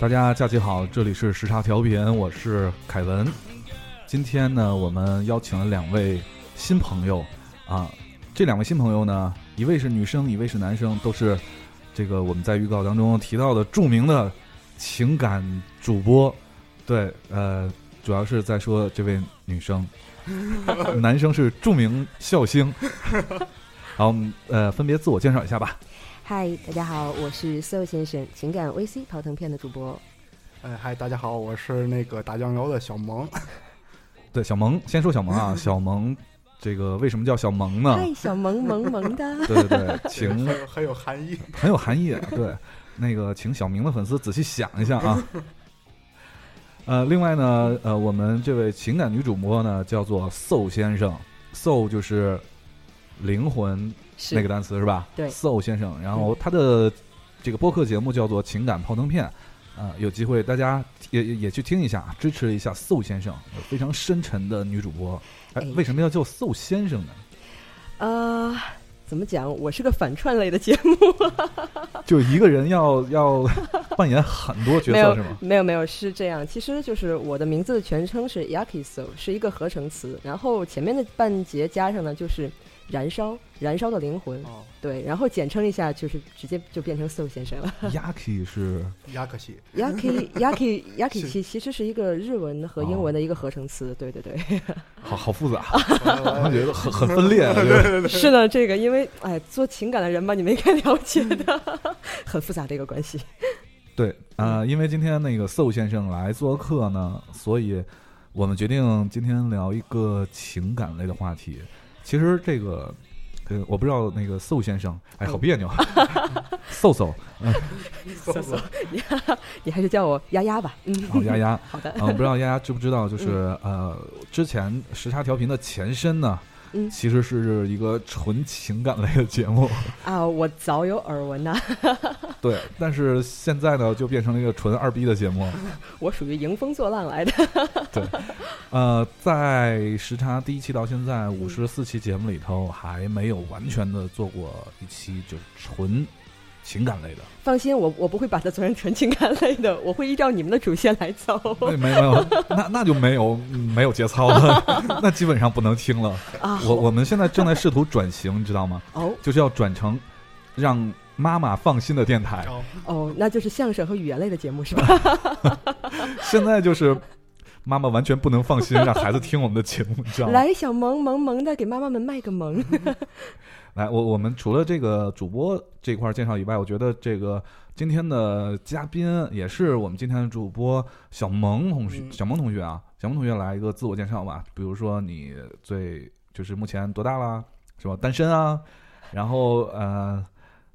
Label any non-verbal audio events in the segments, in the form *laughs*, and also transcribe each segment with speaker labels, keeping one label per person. Speaker 1: 大家假期好，这里是时差调频，我是凯文。今天呢，我们邀请了两位新朋友啊，这两位新朋友呢，一位是女生，一位是男生，都是这个我们在预告当中提到的著名的情感主播。对，呃，主要是在说这位女生，男生是著名笑星。好，我们呃，分别自我介绍一下吧。
Speaker 2: 嗨，大家好，我是 So 先生，情感 VC 跑腾片的主播。
Speaker 3: 哎，嗨，大家好，我是那个打酱油的小萌。
Speaker 1: *laughs* 对，小萌，先说小萌啊，小萌，这个为什么叫小萌呢？
Speaker 2: 嗨，小萌萌萌
Speaker 1: *laughs*
Speaker 2: 的，
Speaker 1: 对对对，请
Speaker 3: 很有很有含义。
Speaker 1: 很有含义。啊对，那个请小明的粉丝仔细想一下啊。 *laughs* 呃，另外呢，呃，我们这位情感女主播呢叫做 So 先生，So 就是灵魂
Speaker 2: 是
Speaker 1: 那个单词是吧？
Speaker 2: 对
Speaker 1: ，So 先生。然后他的这个播客节目叫做《情感泡腾片》，呃，有机会大家也也也去听一下，支持一下 So 先生，非常深沉的女主播。哎
Speaker 2: 哎，
Speaker 1: 为什么要叫 So 先生呢？
Speaker 2: 呃，怎么讲？我是个反串类的节目， *laughs*
Speaker 1: 就一个人要 *laughs* 要扮演很多角
Speaker 2: 没
Speaker 1: 色
Speaker 2: 有
Speaker 1: 是
Speaker 2: *laughs*
Speaker 1: 吗？
Speaker 2: 没有没有，是这样。其实就是我的名字的全称是 Yakiso，是一个合成词，然后前面的半截加上呢就是燃烧，燃烧的灵魂，
Speaker 3: 哦，
Speaker 2: 对，然后简称一下就是直接就变成 So 先生了。
Speaker 1: Yaki 是
Speaker 3: 亚克西，
Speaker 2: Yaki Yaki Yaki
Speaker 3: 是
Speaker 2: 其其实是一个日文和英文的一个合成词，对对对。
Speaker 1: 好好复
Speaker 2: *laughs*
Speaker 1: 杂，
Speaker 3: 完了
Speaker 1: 我觉得很很分裂，我觉得 *laughs*
Speaker 2: 是的，这个因为哎，做情感的人吧，你们应该了解的， *laughs* 很复杂的一个关系。
Speaker 1: 对啊、呃因为今天那个 So 先生来做客呢，所以我们决定今天聊一个情感类的话题。其实这个，呃，我不知道那个 So 先生，哎，好别
Speaker 2: *laughs*
Speaker 1: 扭，So So，
Speaker 3: 完了
Speaker 2: 你还是叫我丫丫吧。嗯，
Speaker 1: 然后丫丫，
Speaker 2: *laughs* 好的。
Speaker 1: 啊，我不知道丫丫知不知道，就是呃，之前时差调频的前身呢，
Speaker 2: 嗯
Speaker 1: 其实是一个纯情感类的节
Speaker 2: *laughs*
Speaker 1: 目，
Speaker 2: 啊，我早有耳闻呐、 *laughs*
Speaker 1: 对，但是现在呢，就变成了一个纯二逼的节
Speaker 2: *laughs*
Speaker 1: 目。
Speaker 2: 我属于迎风作浪来的。
Speaker 1: 呃，在时差第一期到现在五十四期节目里头，还没有完全的做过一期就是纯情感类的，
Speaker 2: 放心，我我不会把它做成纯情感类的，我会依照你们的主线来
Speaker 1: *laughs*
Speaker 2: 走。
Speaker 1: 那哎没没有，那那就没有嗯没有节操了， *laughs* 那基本上不能听了。
Speaker 2: 啊，
Speaker 1: 我我们现在正在试图转型，你知道吗？
Speaker 2: 哦
Speaker 1: 就是要转成让妈妈放心的电台。
Speaker 3: 哦
Speaker 2: 哦，那就是相声和语言类的节目是吧？
Speaker 1: 啊现在就是妈妈完全不能放心让孩子听我们的节目，你知道吗？
Speaker 2: 来，小萌萌萌的，给妈妈们卖个萌。 *laughs*
Speaker 1: 来，我我们除了这个主播这块儿介绍以外，我觉得这个今天的嘉宾也是我们今天的主播小萌同学，
Speaker 3: 嗯
Speaker 1: 小萌同学啊，小萌同学来一个自我介绍吧，比如说你最就是目前多大啦，是吧？单身啊，然后呃，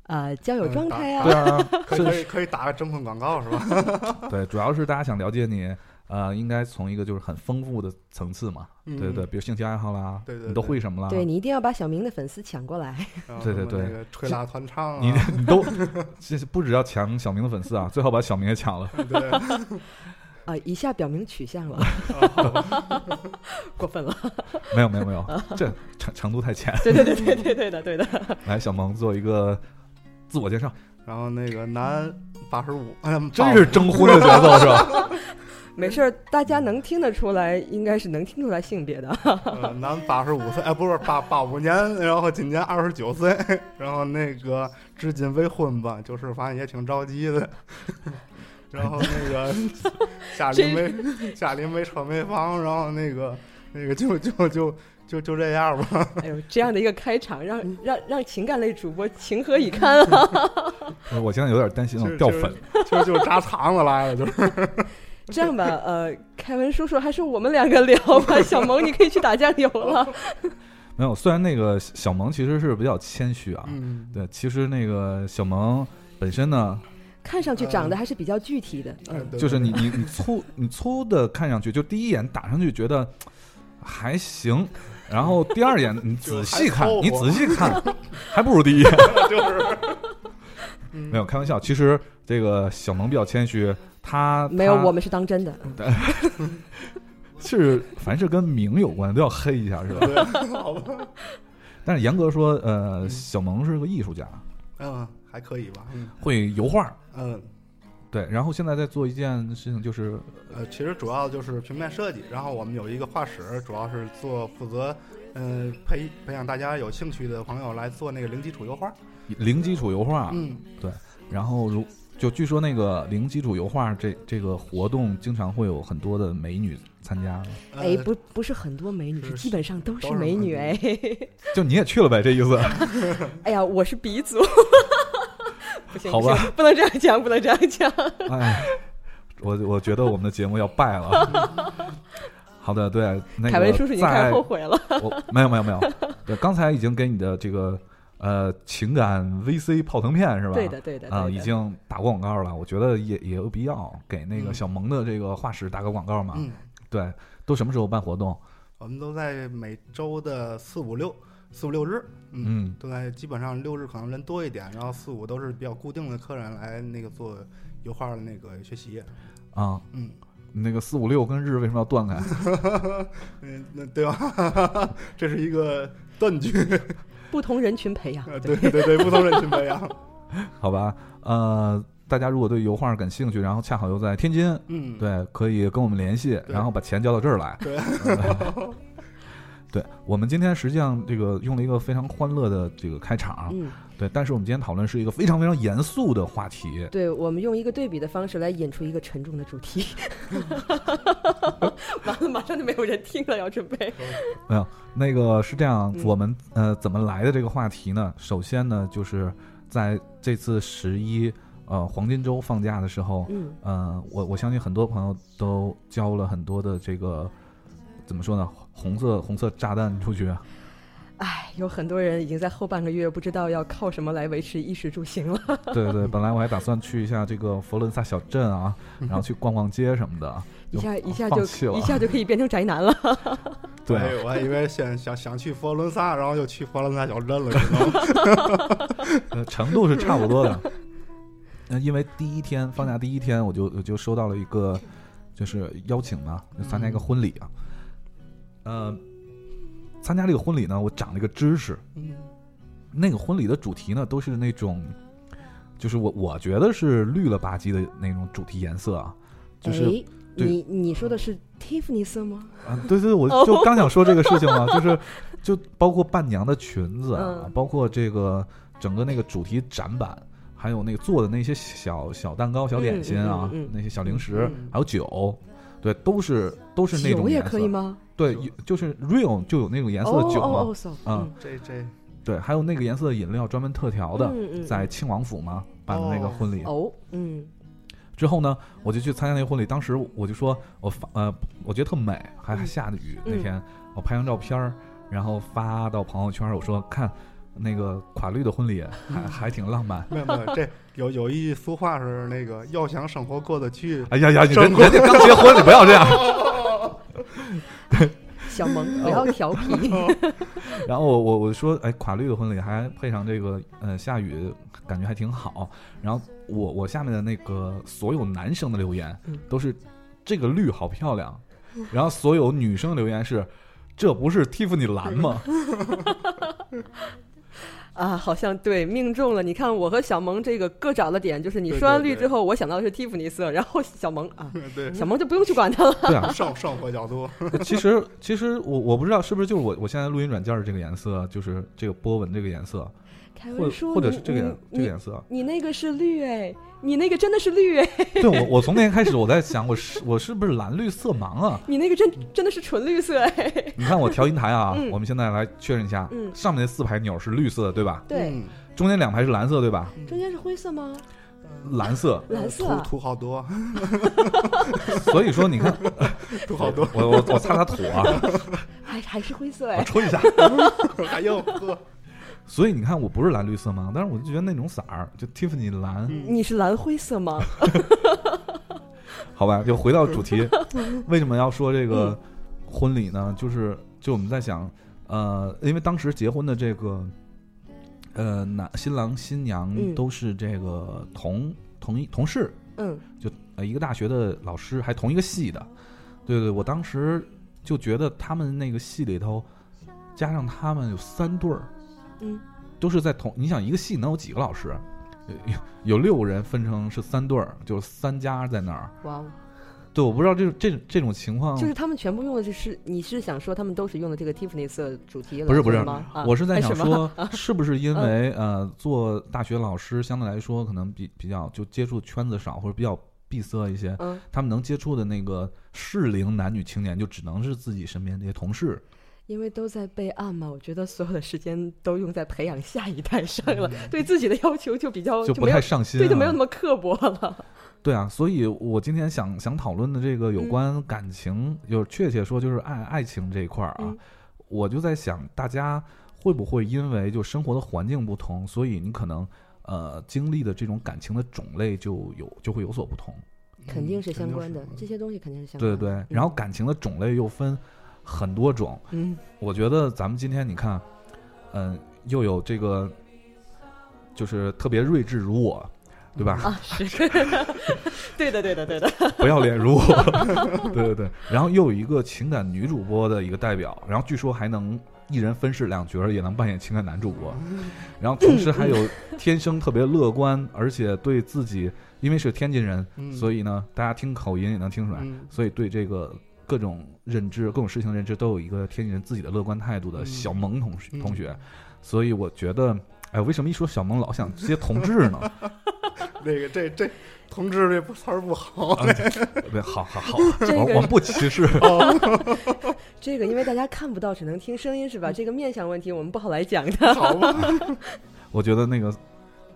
Speaker 2: 啊，交友状态啊
Speaker 1: 对，啊，
Speaker 3: *laughs* 可以可以可以打个征婚广告是吧？
Speaker 1: 对，主要是大家想了解你，呃，应该从一个就是很丰富的层次嘛，
Speaker 3: 嗯
Speaker 1: 对对，比如兴趣爱好啦，
Speaker 3: 对对
Speaker 1: 你都
Speaker 3: 对
Speaker 1: 会什么啦？
Speaker 2: 对你一定要把小明的粉丝抢过来。
Speaker 3: 然后
Speaker 1: 对对
Speaker 3: 什么
Speaker 1: 对
Speaker 3: 那个吹拉弹唱
Speaker 1: 你
Speaker 3: 啊，
Speaker 1: 你都，这是不只要抢小明的粉丝啊，最好把小明也抢了。
Speaker 3: 对，
Speaker 2: 啊，一下表明取
Speaker 1: *laughs*
Speaker 2: 向了， *laughs* 过分了。 *laughs*
Speaker 1: 没有没有没有，这程程度太浅。
Speaker 2: 对对对对对对的对的。
Speaker 1: 来，小萌做一个自我介绍，
Speaker 3: 然后那个男八十五，哎呀
Speaker 1: 真是征婚的节奏是吧？ *laughs*
Speaker 2: 没事儿，大家能听得出来，应该是能听出来性别的。 *laughs*
Speaker 3: 呃男八十五岁，哎，不是八八五年，然后今年二十九岁，然后那个至今未婚吧，就是反正也挺着急的。 *laughs* 然后那个家里没家里没车没房，然后那个那个就就就就就这样吧。
Speaker 2: 哎呦，这样的一个开场，让让让情感类主播情何以堪啊！ *laughs*
Speaker 1: 呃我现在有点担心
Speaker 3: 就
Speaker 1: 我掉粉，，
Speaker 3: 就就就扎肠子来了，
Speaker 1: *laughs*
Speaker 3: 就是
Speaker 2: 这样吧，呃，凯文叔叔，还是我们两个聊吧。小萌，你可以去打酱油了。
Speaker 1: 没有。虽然那个小萌其实是比较谦虚啊，
Speaker 3: 嗯，
Speaker 1: 对，其实那个小萌本身呢，
Speaker 2: 看上去长得还是比较具体的，嗯，
Speaker 3: 对
Speaker 1: 就是你你你粗你粗的看上去，就第一眼打上去觉得还行，然后第二眼你
Speaker 3: 就
Speaker 1: 仔
Speaker 3: 还
Speaker 1: 细看
Speaker 3: 凑，
Speaker 1: 你
Speaker 3: 合
Speaker 1: 仔细看，
Speaker 3: *laughs*
Speaker 1: 还不如第一眼。
Speaker 3: 就是嗯
Speaker 1: *laughs* 没有开玩笑，其实这个小萌比较谦虚，他
Speaker 2: 没有，
Speaker 1: 他
Speaker 2: 我们是当真的。嗯
Speaker 1: 是凡是跟名有关都要黑一下，是吧？ *laughs*
Speaker 3: 对， *laughs* 好吧，
Speaker 1: 但是严格说，
Speaker 3: 嗯
Speaker 1: 呃，小萌是个艺术家，
Speaker 3: 嗯，还可以吧，嗯
Speaker 1: 会油画，
Speaker 3: 嗯，
Speaker 1: 对，然后现在在做一件事情，就是
Speaker 3: 呃，其实主要就是平面设计，然后我们有一个画室，主要是做负责，嗯、培培养大家有兴趣的朋友来做那个零基础油画。
Speaker 1: 零基础油
Speaker 2: 啊
Speaker 1: 画，
Speaker 3: 嗯，
Speaker 1: 然后如就据说那个零基础油画这这个活动，经常会有很多的美女参加，
Speaker 3: 呃
Speaker 2: 哎，不不是很多美女，
Speaker 3: 是
Speaker 2: 是基本上都
Speaker 3: 都
Speaker 2: 是
Speaker 3: 是
Speaker 2: 美
Speaker 3: 美
Speaker 2: 女
Speaker 3: 女
Speaker 2: 哎。 *laughs*
Speaker 1: 就你也去了呗，这意思。
Speaker 2: 哎呀，我是鼻祖。 *laughs* 不行，
Speaker 1: 好吧
Speaker 2: 不行，不能这样讲，不能这样讲。
Speaker 1: *laughs* 哎，我我觉得我们的节目要败了。好的，对，那个
Speaker 2: 凯文叔叔，您开
Speaker 1: 在
Speaker 2: 始后悔了。
Speaker 1: 我没有没有没有，对，刚才已经给你的这个呃情感 VC 泡腾片是吧？
Speaker 2: 对的，对的，
Speaker 1: 啊、
Speaker 2: 对
Speaker 1: 已
Speaker 2: 的
Speaker 1: 经打过广告了，我觉得也也有必要给那个
Speaker 3: 嗯
Speaker 1: 小萌的这个画室打个广告嘛。
Speaker 3: 嗯，
Speaker 1: 对，都什么时候办活动？
Speaker 3: 我们都在每周的四五六四五六日，嗯，
Speaker 1: 嗯，
Speaker 3: 都在基本上六日可能人多一点，然后四五都是比较固定的客人来那个做油画的那个学习。
Speaker 1: 啊，
Speaker 3: 嗯，
Speaker 1: 那个四五六跟日为什么要断
Speaker 3: *laughs*
Speaker 1: 开？
Speaker 3: 嗯，那对吧？ *laughs* 这是一个断
Speaker 2: *laughs*
Speaker 3: 句，
Speaker 2: 不同人群培
Speaker 1: 啊
Speaker 2: 养。
Speaker 3: 呃对对对，不同人群培养。
Speaker 1: 好吧，呃，大家如果对油画感兴趣，然后恰好又在天津，
Speaker 3: *laughs* 嗯，
Speaker 1: 对，可以跟我们联系，
Speaker 3: 对
Speaker 1: 然后把钱交到这儿来。
Speaker 3: 对
Speaker 1: 嗯 *laughs* 对，我们今天实际上这个用了一个非常欢乐的这个开场，啊
Speaker 2: 嗯，
Speaker 1: 对，但是我们今天讨论是一个非常非常严肃的话题，
Speaker 2: 对，我们用一个对比的方式来引出一个沉重的主题。完了，马上就没有人听了，要准备。
Speaker 1: 那个是这样，
Speaker 2: 嗯
Speaker 1: 我们呃怎么来的这个话题呢？首先呢，就是在这次十一呃黄金周放假的时候，
Speaker 2: 嗯，
Speaker 1: 呃，我我相信很多朋友都交了很多的这个怎么说呢，红色红色炸弹出
Speaker 2: *laughs*
Speaker 1: 去，
Speaker 2: 哎，有很多人已经在后半个月不知道要靠什么来维持衣食住行了。
Speaker 1: 对对，本来我还打算去一下这个佛罗伦萨小镇啊，然后去逛逛街什么的，
Speaker 2: *laughs* 一下一下
Speaker 1: 啊放
Speaker 2: 就
Speaker 1: 弃了
Speaker 2: 一下就可以变成宅男了。
Speaker 1: 对啊
Speaker 3: 哎，我还以为想想想去佛罗伦萨，然后又去佛罗伦萨小镇了，你知
Speaker 1: *laughs*
Speaker 3: 道吗？
Speaker 1: 呃，程度是差不多的。呃，因为第一天放假第一天，我就我就收到了一个就是邀请嘛，就参加一个婚礼啊。呃，参加这个婚礼呢，我长了一个知识。
Speaker 3: 嗯
Speaker 1: 那个婚礼的主题呢，都是那种，就是我我觉得是绿了吧唧的那种主题颜色啊， *laughs* 就是
Speaker 2: 哎，
Speaker 1: 对
Speaker 2: 你你说的是 Tiffany 色吗？
Speaker 1: 啊，对对，对我就
Speaker 2: 哦
Speaker 1: 刚想说这个事情嘛，就是就包括伴娘的裙子啊，
Speaker 2: 嗯
Speaker 1: 包括这个整个那个主题展板，还有那个做的那些小小蛋糕、小点心啊，
Speaker 2: 嗯嗯嗯嗯
Speaker 1: 那些小零食，
Speaker 3: 嗯
Speaker 1: 还有酒，对，都是都是那种
Speaker 2: 酒也
Speaker 1: 颜色
Speaker 2: 可以？吗？
Speaker 1: 对
Speaker 3: 酒，
Speaker 1: 有就是 real 就有那种颜
Speaker 2: 哦
Speaker 1: 色的酒嘛，
Speaker 2: 哦哦，so，
Speaker 1: 嗯
Speaker 2: 嗯，
Speaker 3: 这这
Speaker 1: 对，还有那个颜色的饮料专门特调的，
Speaker 2: 嗯嗯
Speaker 1: 在亲王府嘛办的那个
Speaker 3: 哦
Speaker 1: 婚礼，
Speaker 2: 哦，嗯
Speaker 1: 之后呢，我就去参加那个婚礼。当时我就说，我发呃，我觉得特美，还还下着雨。
Speaker 2: 嗯
Speaker 1: 那天我拍张照片儿，然后发到朋友圈儿，我说看那个垮绿的婚
Speaker 2: *laughs*
Speaker 1: 礼还还挺浪漫。
Speaker 3: 没有没有，这有有一句俗话是那个要想生活过得去， *laughs*
Speaker 1: 哎呀呀，你
Speaker 3: 真
Speaker 1: 人人家刚结婚，你不要这
Speaker 2: *laughs*
Speaker 1: 样。
Speaker 2: 小萌不要
Speaker 1: 哦
Speaker 2: 调皮，
Speaker 1: 然后我我我说，哎，垮绿的婚礼还配上这个呃下雨，感觉还挺好。然后我我下面的那个所有男生的留言
Speaker 2: 嗯
Speaker 1: 都是这个绿好漂亮，然后所有女生的留言是这不是 Tiffany 蓝
Speaker 2: *laughs*
Speaker 1: 吗？
Speaker 2: 啊，好像对命中了。你看我和小萌这个各找了点，就是你
Speaker 3: 对
Speaker 2: 说完
Speaker 3: 对
Speaker 2: 绿
Speaker 3: 对
Speaker 2: 之后，我想到的是蒂芙尼色， *laughs* 然后小萌啊，
Speaker 3: 对，
Speaker 1: 嗯
Speaker 2: 小萌就不用去管它了。
Speaker 1: 对啊，
Speaker 3: 生生活角度，
Speaker 1: 呃其实，其实我我不知道是不是就是我我现在录音软件儿这个颜色，啊就是这个波纹这个颜色，啊
Speaker 2: 凯
Speaker 1: 或者
Speaker 2: 文叔，
Speaker 1: 或者是这个颜这个
Speaker 2: 你你
Speaker 1: 颜色。啊
Speaker 2: 你那个是绿哎，你那个真的是绿哎，
Speaker 1: 对我，我从那天开始我在想，我是我是不是蓝绿色盲啊？
Speaker 2: 你那个真真的是纯绿色哎。
Speaker 1: 你看我调音台啊，
Speaker 2: 嗯
Speaker 1: 我们现在来确认一下，
Speaker 2: 嗯
Speaker 1: 上面那四排钮是绿色的对吧？
Speaker 2: *laughs* 对，
Speaker 3: 嗯，
Speaker 1: 中间两排是蓝色对吧？
Speaker 2: 中间是灰色吗？
Speaker 1: 蓝色，
Speaker 2: 蓝色啊
Speaker 3: 图图好多， *laughs*
Speaker 1: 所以说你看
Speaker 3: 图 *laughs* 好多， *laughs*
Speaker 1: 我我我擦擦土啊，
Speaker 2: 还还是灰色
Speaker 1: 我
Speaker 2: 哎？
Speaker 1: 吹一下。
Speaker 3: 还要喝，
Speaker 1: 所以你看我不是蓝绿色盲，但是我就觉得那种色儿就 Tiffany 蓝，
Speaker 3: 嗯，
Speaker 2: 你是蓝灰色
Speaker 1: *laughs*
Speaker 2: 吗？
Speaker 1: 好吧，就回到主题，为什么要说这个婚礼呢？就是就我们在想，呃，因为当时结婚的这个，呃，男新郎新娘
Speaker 2: 嗯
Speaker 1: 都是这个同、同一同事，
Speaker 2: 嗯，
Speaker 1: 呃，一个大学的老师，还同一个系的。对对，我当时就觉得他们那个系里头，加上他们有三对儿，
Speaker 2: 嗯，
Speaker 1: 都是在同，你想一个系能有几个老师？有六个人分成是三对儿，就是三家在那儿。
Speaker 2: 哇哦，
Speaker 1: 对，我不知道这种这这种情况，
Speaker 2: 就是他们全部用的这是，你是想说他们都是用的这个 Tiffany 色主题来
Speaker 1: 不是不
Speaker 2: 做的
Speaker 1: 是
Speaker 2: 吗？啊
Speaker 1: 我是在
Speaker 2: 哎
Speaker 1: 想
Speaker 2: 什么嗯
Speaker 1: 说，
Speaker 2: *laughs*
Speaker 1: 是不是因为呃，做大学老师相对来说可能比比较就接触圈子少，或者比较闭塞一些，
Speaker 2: 嗯，
Speaker 1: 他们能接触的那个适龄男女青年，就只能是自己身边这些同事。
Speaker 2: 因为都在备案嘛，我觉得所有的时间都用在培养下一代上了，对自己的要哦求就比较
Speaker 1: 嗯就不
Speaker 2: 没有
Speaker 1: 太上心、啊，
Speaker 2: 对就没有那么刻薄了。
Speaker 1: 对啊，所以我今天想想讨论的这个有
Speaker 2: 嗯
Speaker 1: 关感情，就是确切说就是爱爱情这一块儿啊，
Speaker 2: 嗯
Speaker 1: 我就在想，大家会不会因为就生活的环境不同，所以你可能呃经历的这种感情的种类就有就会有所不同，
Speaker 2: *laughs* 嗯肯定是
Speaker 3: 嗯
Speaker 2: 嗯相关的，
Speaker 3: 肯定
Speaker 2: 这些东西肯定是相
Speaker 1: 对
Speaker 2: 关
Speaker 1: 对
Speaker 2: 的。
Speaker 1: 对。
Speaker 2: 嗯
Speaker 1: 然后感情的种类又分很多种，
Speaker 2: 嗯，
Speaker 1: 我觉得咱们今天你看，嗯、又有这个就是特别睿智如我，对吧？
Speaker 2: 啊，是，对的，对的，对的，
Speaker 1: *laughs* 不要脸如我， *laughs* 对对对。然后又有一个情感女主播的一个代表，然后据说还能一人分饰两角儿，也能扮演情感男主播。
Speaker 3: 嗯
Speaker 1: 然后同时还有天生特别乐观，而且对自己，因为是天津人，
Speaker 3: 嗯
Speaker 1: 所以呢，大家听口音也能听出来，
Speaker 3: 嗯
Speaker 1: 所以对这个各种认知、各种事情的认知都有一个天津人自己的乐观态度的
Speaker 3: 嗯
Speaker 1: 小萌同学
Speaker 3: 嗯
Speaker 1: 同学。所以我觉得，哎，为什么一说小萌老想接同志
Speaker 3: *laughs*
Speaker 1: 呢？
Speaker 3: 那个这这同志这不词儿
Speaker 1: *laughs*
Speaker 3: 不好，
Speaker 1: 啊对，好好好，
Speaker 2: 这
Speaker 1: 我
Speaker 2: 个
Speaker 1: 我们不歧视。
Speaker 2: 这个因为大家看不到，只能听声音是吧？这个面相问题我们不好来讲的。
Speaker 3: 好吧？
Speaker 1: 我觉得那个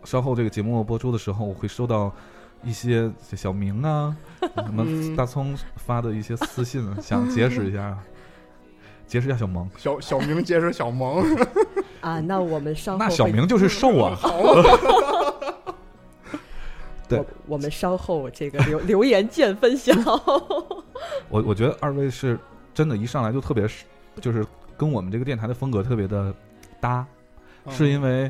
Speaker 1: 稍后这个节目播出的时候，我会收到一些小明
Speaker 3: *laughs*
Speaker 1: 啊、什么
Speaker 3: 嗯
Speaker 1: 大葱发的一些私信，啊
Speaker 3: *laughs*
Speaker 1: 想结识一下，啊结识一下小萌。
Speaker 3: 小小明结识小萌，
Speaker 1: *laughs*
Speaker 2: 啊，那我们
Speaker 3: 嗯
Speaker 2: 稍后
Speaker 1: 那小
Speaker 2: 会
Speaker 1: 明就是瘦啊，对
Speaker 2: 我我们稍后这个留留言见分晓。 *laughs*
Speaker 1: 我我觉得二位是真的，一上来就特别是，就是跟我们这个电台的风格特别的搭，
Speaker 3: 嗯
Speaker 1: 是因为。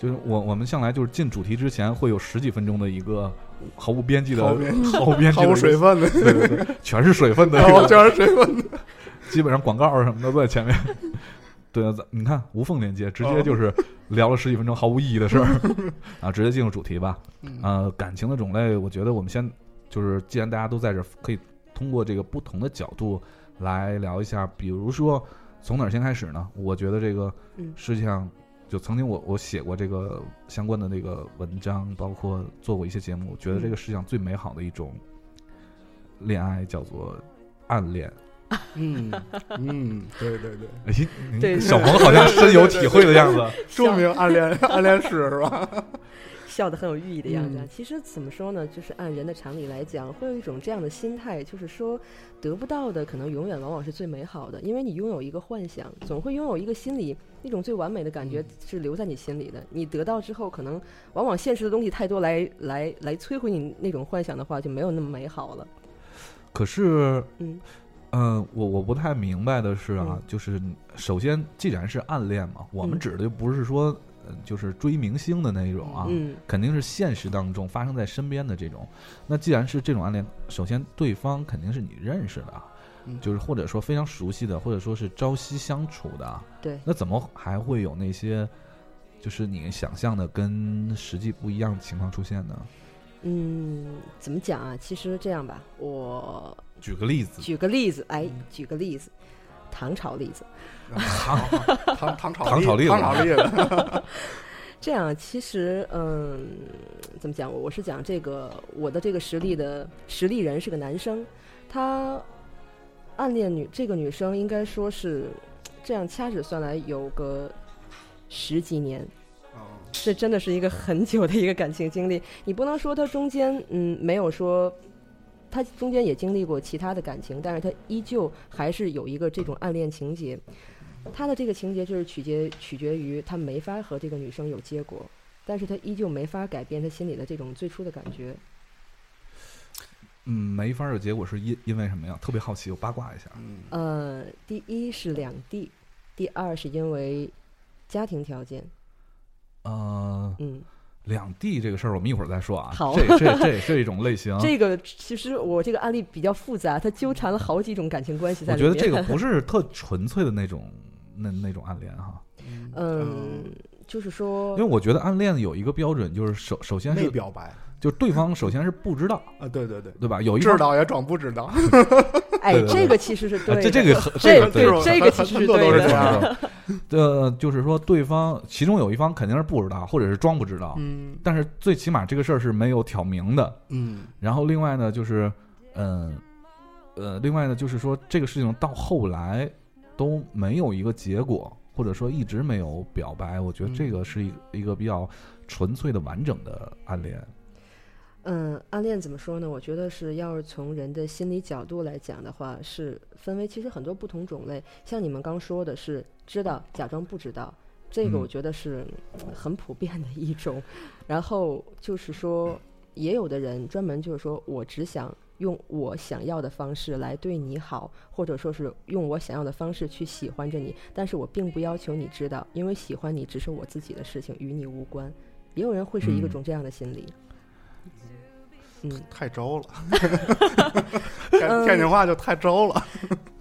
Speaker 1: 就是我，我们向来就是进主题之前会有十几分钟的一个毫无边际的
Speaker 3: 毫无边
Speaker 1: 毫无边际
Speaker 3: 毫
Speaker 1: 的一
Speaker 3: 无
Speaker 1: 个
Speaker 3: 水，分的，
Speaker 1: *laughs* 对对对，全是水分的一
Speaker 3: 然
Speaker 1: 个
Speaker 3: *laughs* 后全是水分的，
Speaker 1: 基本上广告什么的都在前面。 *laughs* 对啊，咱你看无缝连接，直接就是聊了十几分钟毫无意义的事儿啊，直接进入主题吧。呃，感情的种类，我觉得我们先就是，既然大家都在这儿，可以通过这个不同的角度来聊一下。比如说，从哪儿先开始呢？我觉得这个
Speaker 2: 嗯
Speaker 1: 世界上，就曾经我我写过这个相关的那个文章，包括做过一些节目，我觉得这个世界上最美好的一种恋爱叫做暗恋。
Speaker 3: 嗯嗯，对对对，
Speaker 1: 哎，您
Speaker 2: 对
Speaker 1: 小萌好像深有体会的样子。
Speaker 3: 著名暗恋 *laughs* 暗恋史是吧？
Speaker 2: 笑得很有寓意的样子啊。
Speaker 3: 嗯
Speaker 2: 其实怎么说呢，就是按人的常理来讲，会有一种这样的心态，就是说得不到的可能永远往往是最美好的，因为你拥有一个幻想，总会拥有一个心里一种最完美的感觉是留在你心里的。你得到之后，可能往往现实的东西太多来来来摧毁你那种幻想的话，就没有那么美好了。
Speaker 1: 可是，
Speaker 2: 嗯
Speaker 1: 嗯，我我不太明白的是啊
Speaker 2: 嗯，
Speaker 1: 就是首先，既然是暗恋嘛，我们
Speaker 2: 嗯
Speaker 1: 指的就不是说，呃就是追明星的那种啊，
Speaker 2: 嗯，
Speaker 1: 肯定是现实当中发生在身边的这种。那既然是这种暗恋，首先对方肯定是你认识的啊
Speaker 3: 嗯，
Speaker 1: 就是或者说非常熟悉的，或者说是朝夕相处的啊。
Speaker 2: 对。
Speaker 1: 那怎么还会有那些，就是你想象的跟实际不一样的情况出现呢？
Speaker 2: 嗯，怎么讲啊？其实这样吧，我
Speaker 1: 举个例子，
Speaker 2: 举个例子，哎，举个例子，唐朝例子。
Speaker 3: 唐唐唐朝
Speaker 1: 唐朝栗子
Speaker 3: 唐朝栗 *laughs* 子，
Speaker 2: 这样，其实，嗯，怎么讲？我我是讲这个，我的这个实力的实力人是个男生，他暗恋女这个女生，应该说是这样掐指算来有个十几年，这真的是一个很久的一个感情经历。你不能说他中间，嗯，没有说。他中间也经历过其他的感情，但是他依旧还是有一个这种暗恋情节。他的这个情节就是取决取决于他没法和这个女生有结果，但是他依旧没法改变他心里的这种最初的感觉。
Speaker 1: 嗯，没法儿有结果是因因为什么呀？特别好奇，我八卦一下。
Speaker 3: 嗯
Speaker 2: 呃，第一是两地，第二是因为家庭条件。
Speaker 1: 呃，
Speaker 2: 嗯，
Speaker 1: 两地这个事儿我们一会儿再说啊。
Speaker 2: 好
Speaker 1: 这这这也是一种类型。
Speaker 2: *laughs* 这个其实我这个案例比较复杂，他纠缠了好几种感情关系在
Speaker 1: 我
Speaker 2: 里
Speaker 1: 觉
Speaker 2: 面。
Speaker 3: 嗯
Speaker 1: 得这个不是特纯粹的那种那那种暗恋哈。
Speaker 2: 嗯，就是说
Speaker 1: 哦因为，我觉得暗恋有一个标准，就是首首先
Speaker 3: 没
Speaker 1: 是
Speaker 3: 表白
Speaker 1: 就是对方首先是不知道，
Speaker 3: 啊，对对对，
Speaker 1: 对吧？有一
Speaker 3: 知
Speaker 1: 方啊
Speaker 3: 道也装不知道，
Speaker 2: 哎
Speaker 1: 对，对
Speaker 2: 这个其实是
Speaker 1: 啊
Speaker 2: 对的，
Speaker 1: 这这个很
Speaker 2: 这
Speaker 1: 个
Speaker 2: 对
Speaker 1: 对
Speaker 2: 这。个其实
Speaker 3: 很
Speaker 2: 是
Speaker 3: 多都
Speaker 2: 对
Speaker 3: 是这
Speaker 2: 的。
Speaker 3: 样，
Speaker 1: *laughs* 呃，就是说对方其中有一方肯定是不知道，或者是装不知道，
Speaker 3: 嗯
Speaker 1: 但是最起码这个事儿是没有挑明的。
Speaker 3: 嗯
Speaker 1: 然后另外呢，就是嗯呃另外呢，就是说这个事情到后来都没有一个结果，或者说一直没有表白，我觉得
Speaker 3: 嗯
Speaker 1: 这个是一一个比较纯粹的完整的暗恋。
Speaker 2: 嗯，暗恋怎么说呢？我觉得是要是从人的心理角度来讲的话，是分为其实很多不同种类。像你们刚说的是知道、假装不知道，这个
Speaker 1: 嗯
Speaker 2: 我觉得是嗯很普遍的一种。然后就是说，也有的人专门就是说我只想用我想要的方式来对你好，或者说是用我想要的方式去喜欢着你，但是我并不要求你知道，因为喜欢你只是我自己的事情，与你无关。也有人会是一个
Speaker 1: 嗯
Speaker 2: 种这样的心理。嗯，
Speaker 3: 太招了， *laughs* 天天津话就太招了，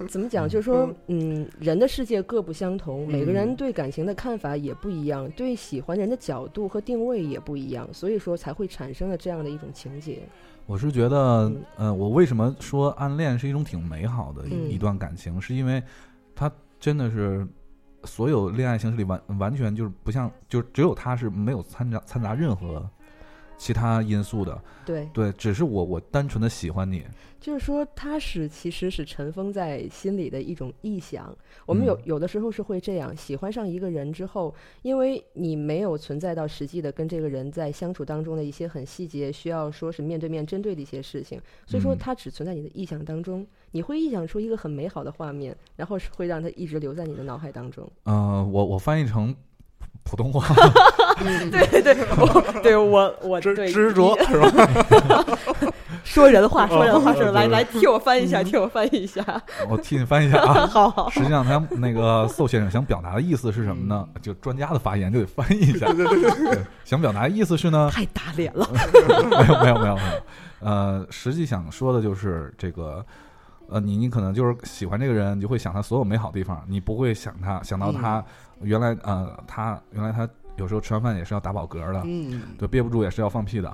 Speaker 2: 怎么讲？就是说，嗯，人的世界各不相同，每个人对感情的看法也不一样，对喜欢人的角度和定位也不一样，所以说才会产生了这样的一种情节。
Speaker 1: 我是觉得
Speaker 2: 嗯，
Speaker 1: 呃，我为什么说暗恋是一种挺美好的
Speaker 2: 嗯
Speaker 1: 一一段感情，是因为它真的是所有恋爱形式里完完全就是不像，就只有它是没有掺杂掺杂任何其他因素的。
Speaker 2: 对，
Speaker 1: 对，只是我我单纯的喜欢你，
Speaker 2: 就是说，它是其实是尘封在心里的一种臆想。我们有
Speaker 1: 嗯
Speaker 2: 有的时候是会这样，喜欢上一个人之后，因为你没有存在到实际的跟这个人在相处当中的一些很细节，需要说是面对面针对的一些事情，所以说
Speaker 1: 嗯
Speaker 2: 它只存在你的臆想当中。你会臆想出一个很美好的画面，然后是会让它一直留在你的脑海当中。
Speaker 1: 呃，我我翻译成普普通话，
Speaker 2: *laughs*
Speaker 1: *laughs*
Speaker 2: 对对，我嗯对我我
Speaker 3: 执执着
Speaker 2: *laughs*
Speaker 3: 是吧？
Speaker 2: 说人话，说人话，
Speaker 1: 哦
Speaker 2: 说
Speaker 1: 对嗯
Speaker 2: 人来
Speaker 1: 对
Speaker 2: 来替我翻译一下，替我翻译一下。
Speaker 1: 我替你翻译一下啊。
Speaker 2: 好好，
Speaker 1: 实际上，他那个宋先生想表达的意思是什么呢？就专家的发言就得翻译一下。
Speaker 3: 嗯对对对，
Speaker 1: 对想表达的意思是
Speaker 3: *laughs*
Speaker 1: 呢，
Speaker 2: *laughs* 太打脸了。
Speaker 1: 没有没有没有没有，呃，实际想说的就是这个，呃，你你可能就是喜欢这个人，你就会想他所有美好的地方，你不会想他想到他、
Speaker 3: 嗯
Speaker 1: 原来呃他原来他有时候吃完饭也是要打饱嗝的，
Speaker 3: 嗯，
Speaker 1: 对，憋不住也是要放屁的，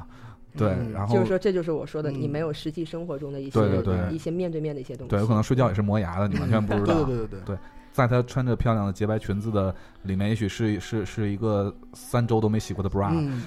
Speaker 1: 对，
Speaker 3: 嗯
Speaker 1: 然
Speaker 2: 就
Speaker 1: 后
Speaker 2: 是说，这就是我说的，
Speaker 3: 嗯
Speaker 2: 你没有实际生活中的一些
Speaker 1: 对对对
Speaker 2: 一些面对面的一些东西。
Speaker 1: 对，有可能睡觉也是磨牙的，你完全不知道。
Speaker 3: 对对对对对，
Speaker 1: 在她穿着漂亮的洁白裙子的里面，也许是是是一个三周都没洗过的 bra，、 *laughs*
Speaker 3: 嗯，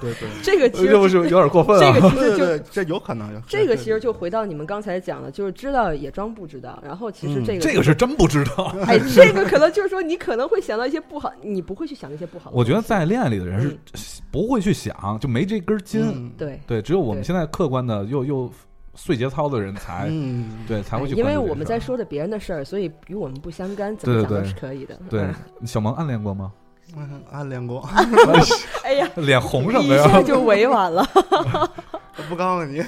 Speaker 3: 对对对。
Speaker 2: 这个其实
Speaker 1: 呃这不是有点过分啊？
Speaker 2: 这个其
Speaker 3: 对
Speaker 2: 实就
Speaker 3: 对，这有可能。
Speaker 2: 这个其实就回到你们刚才讲的，就是知道也装不知道。然后其实
Speaker 3: 嗯
Speaker 2: 这个
Speaker 1: 这个是真不知道。
Speaker 2: 哎，这个可能就是说你可能会想到一些不好，你不会去想那些不好的东西。
Speaker 1: 我觉得在恋爱里的人
Speaker 2: 嗯
Speaker 1: 是不会去想，就没这根筋。
Speaker 2: 对。
Speaker 1: 对，只有我们
Speaker 2: 嗯对
Speaker 1: 现在客观的又又碎节操的人才、
Speaker 3: 嗯，
Speaker 1: 对才会去
Speaker 2: 哎因
Speaker 1: 关
Speaker 2: 为
Speaker 1: 注这
Speaker 2: 我们
Speaker 1: 事
Speaker 2: 在
Speaker 1: 儿啊
Speaker 2: 说着别人的事儿，所以与我们不相干，怎
Speaker 1: 对对
Speaker 2: 么讲都
Speaker 1: 对
Speaker 2: 是可以的。
Speaker 1: 对
Speaker 2: 嗯，
Speaker 1: 小萌暗恋过吗？
Speaker 3: 嗯暗恋过，
Speaker 2: *laughs*
Speaker 3: *laughs*
Speaker 2: 哎
Speaker 1: *laughs*
Speaker 2: 呀，
Speaker 1: 脸红什
Speaker 2: 一
Speaker 1: 么
Speaker 2: 下
Speaker 1: 呀？
Speaker 2: 就委婉了。
Speaker 3: 我不告
Speaker 1: *laughs*
Speaker 3: 诉你。 *laughs*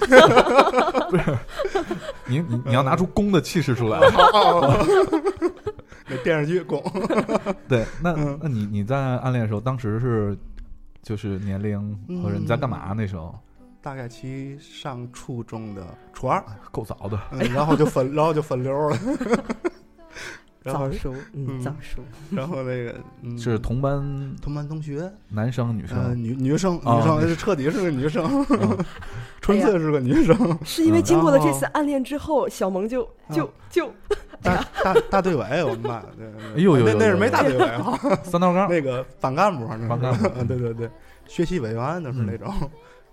Speaker 1: 你你你要拿出攻的气势出来。
Speaker 2: 嗯
Speaker 3: 那电视剧拱，
Speaker 1: 对，那
Speaker 2: 嗯
Speaker 1: 那你你在暗恋的时候，当时是就是年龄或者你在干嘛那时候？
Speaker 3: 大概其上初中的初
Speaker 2: *laughs*
Speaker 3: 二，
Speaker 1: 够早的，
Speaker 3: 嗯然后就分，然后就分溜了。 *laughs* 然后
Speaker 2: 早，熟，嗯，
Speaker 3: 嗯
Speaker 2: 早熟。
Speaker 3: *laughs* 然后那个嗯
Speaker 1: 是同班
Speaker 3: 同班同学，
Speaker 1: 男生女
Speaker 3: 呃，
Speaker 1: 生，
Speaker 3: 女女生，
Speaker 1: 哦
Speaker 3: 女生
Speaker 1: 女
Speaker 3: 是彻底是个女生， *laughs*
Speaker 1: 嗯
Speaker 3: 纯粹是个
Speaker 2: *laughs*
Speaker 3: 女生。
Speaker 2: 是因为
Speaker 1: 嗯
Speaker 2: 经过了这
Speaker 3: 然后
Speaker 2: 次暗恋之后，小萌就就
Speaker 3: 嗯
Speaker 2: 就哎
Speaker 3: 大大大队委，我的妈！对对
Speaker 1: 哎呦呦呦
Speaker 3: 那那是
Speaker 1: 呦
Speaker 3: 没
Speaker 1: 呦
Speaker 3: 大队委哈，
Speaker 2: *laughs*
Speaker 1: 三道杠。
Speaker 3: 那个班干部，反正是
Speaker 1: 班干部
Speaker 3: *laughs*
Speaker 1: 嗯
Speaker 3: 对对对，学习委员都是那种，